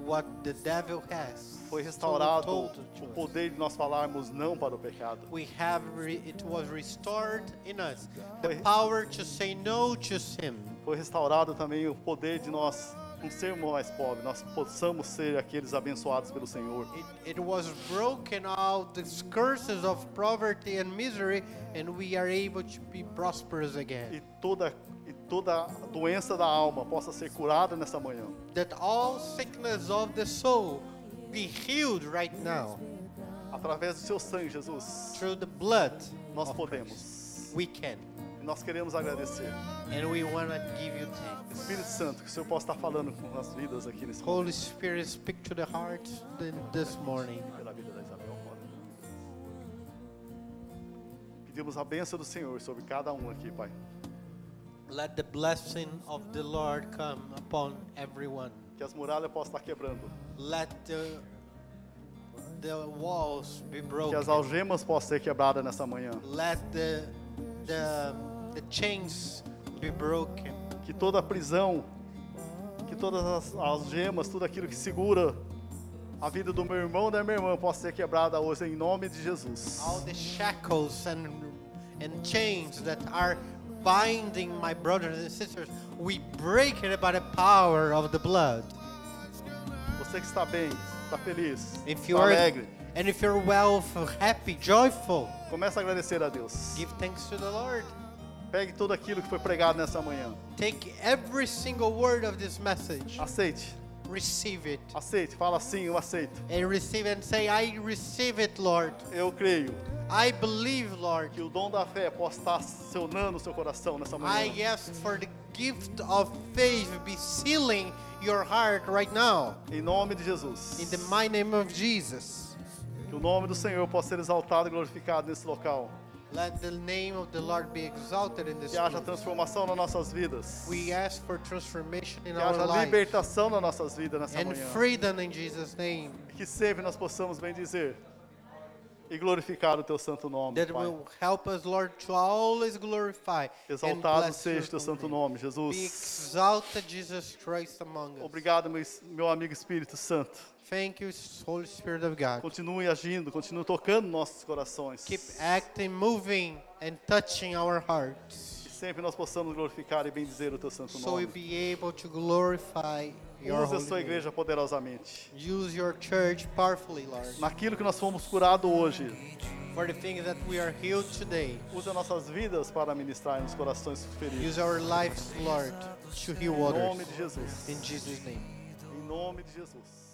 [SPEAKER 2] what the devil has.
[SPEAKER 1] Foi restaurado
[SPEAKER 2] told to
[SPEAKER 1] o
[SPEAKER 2] us.
[SPEAKER 1] poder de nós falarmos não para o pecado.
[SPEAKER 2] we have re- it was restored in us the
[SPEAKER 1] Foi-
[SPEAKER 2] power to say no to sin
[SPEAKER 1] Foi restaurado também o poder de nós não sermos mais pobres, nós possamos ser aqueles abençoados pelo Senhor.
[SPEAKER 2] it, it was broken out the curses of poverty and misery and we are able to be prosperous
[SPEAKER 1] E
[SPEAKER 2] again
[SPEAKER 1] toda e toda doença da alma possa ser curada nessa manhã.
[SPEAKER 2] that all sickness of the soul be healed right now
[SPEAKER 1] Através do seu sangue, Jesus,
[SPEAKER 2] through the blood
[SPEAKER 1] nós
[SPEAKER 2] of Christ.
[SPEAKER 1] podemos.
[SPEAKER 2] we can
[SPEAKER 1] E nós queremos agradecer.
[SPEAKER 2] and we want to give you thanks
[SPEAKER 1] Espírito Santo, que o Senhor possa estar falando com as vidas aqui nesse momento.
[SPEAKER 2] holy spirit speak to the heart th- this morning
[SPEAKER 1] Pela vida da Isabel, fora. Pedimos a bênção do Senhor sobre cada um aqui, Pai.
[SPEAKER 2] Let the blessing of the Lord come upon everyone.
[SPEAKER 1] Que as muralhas possam estar quebrando.
[SPEAKER 2] Let the the walls be
[SPEAKER 1] Que as
[SPEAKER 2] broken.
[SPEAKER 1] algemas possam ser quebradas nessa manhã.
[SPEAKER 2] Let the the the chains be broken.
[SPEAKER 1] Que toda a prisão, que todas as algemas, tudo aquilo que segura a vida do meu irmão e da minha irmã possa ser quebrada hoje em nome de Jesus.
[SPEAKER 2] All the shackles and and chains that are binding my brothers and sisters, we break it by the power of the blood.
[SPEAKER 1] Você que está bem, está feliz,
[SPEAKER 2] If you
[SPEAKER 1] está
[SPEAKER 2] are
[SPEAKER 1] alegre,
[SPEAKER 2] and if you're well, happy, joyful,
[SPEAKER 1] começa a agradecer a Deus.
[SPEAKER 2] give thanks to the Lord.
[SPEAKER 1] Pegue tudo aquilo que foi pregado nessa manhã.
[SPEAKER 2] Take every single word of this message.
[SPEAKER 1] Ah. Aceite,
[SPEAKER 2] receive it
[SPEAKER 1] aceite, fala sim, eu aceito.
[SPEAKER 2] and receive and say i receive it lord
[SPEAKER 1] Eu creio
[SPEAKER 2] i believe lord
[SPEAKER 1] que o dom da fé possa estar acionando o seu coração nessa
[SPEAKER 2] i
[SPEAKER 1] manhã.
[SPEAKER 2] ask for the gift of faith be sealing your heart right now
[SPEAKER 1] Em nome de Jesus.
[SPEAKER 2] in the mighty name of jesus
[SPEAKER 1] Que o nome do Senhor possa ser exaltado e glorificado nesse local.
[SPEAKER 2] let the name of the lord be exalted in this
[SPEAKER 1] Que haja
[SPEAKER 2] place.
[SPEAKER 1] transformação nas nossas vidas.
[SPEAKER 2] we ask for transformation in
[SPEAKER 1] Que
[SPEAKER 2] our
[SPEAKER 1] haja
[SPEAKER 2] life
[SPEAKER 1] libertação nas nossas vidas nessa
[SPEAKER 2] and
[SPEAKER 1] manhã.
[SPEAKER 2] freedom in jesus name
[SPEAKER 1] Que sempre nós possamos bendizer e glorificar o teu santo nome,
[SPEAKER 2] that
[SPEAKER 1] Pai.
[SPEAKER 2] will help us lord to always glorify and
[SPEAKER 1] Exaltado
[SPEAKER 2] bless your
[SPEAKER 1] seja o teu santo
[SPEAKER 2] name.
[SPEAKER 1] nome,
[SPEAKER 2] be
[SPEAKER 1] Jesus.
[SPEAKER 2] exalted jesus christ among us
[SPEAKER 1] Obrigado, meu, meu amigo Espírito Santo.
[SPEAKER 2] Thank you, Holy Spirit of God.
[SPEAKER 1] Continue agindo, continue tocando nossos corações.
[SPEAKER 2] Keep acting, moving, and touching our hearts
[SPEAKER 1] Que sempre nós possamos glorificar e bendizer o teu santo
[SPEAKER 2] so we'll
[SPEAKER 1] nome.
[SPEAKER 2] be able to glorify your
[SPEAKER 1] Use a sua
[SPEAKER 2] holy name.
[SPEAKER 1] igreja poderosamente.
[SPEAKER 2] Use your church powerfully, Lord.
[SPEAKER 1] Naquilo que nós fomos curados hoje,
[SPEAKER 2] for the things that we are healed today.
[SPEAKER 1] Usa nossas vidas para ministrar nos corações feridos.
[SPEAKER 2] Use our lives, Lord, to heal
[SPEAKER 1] Em nome
[SPEAKER 2] others.
[SPEAKER 1] de Jesus.
[SPEAKER 2] In Jesus' name.
[SPEAKER 1] Em nome de Jesus.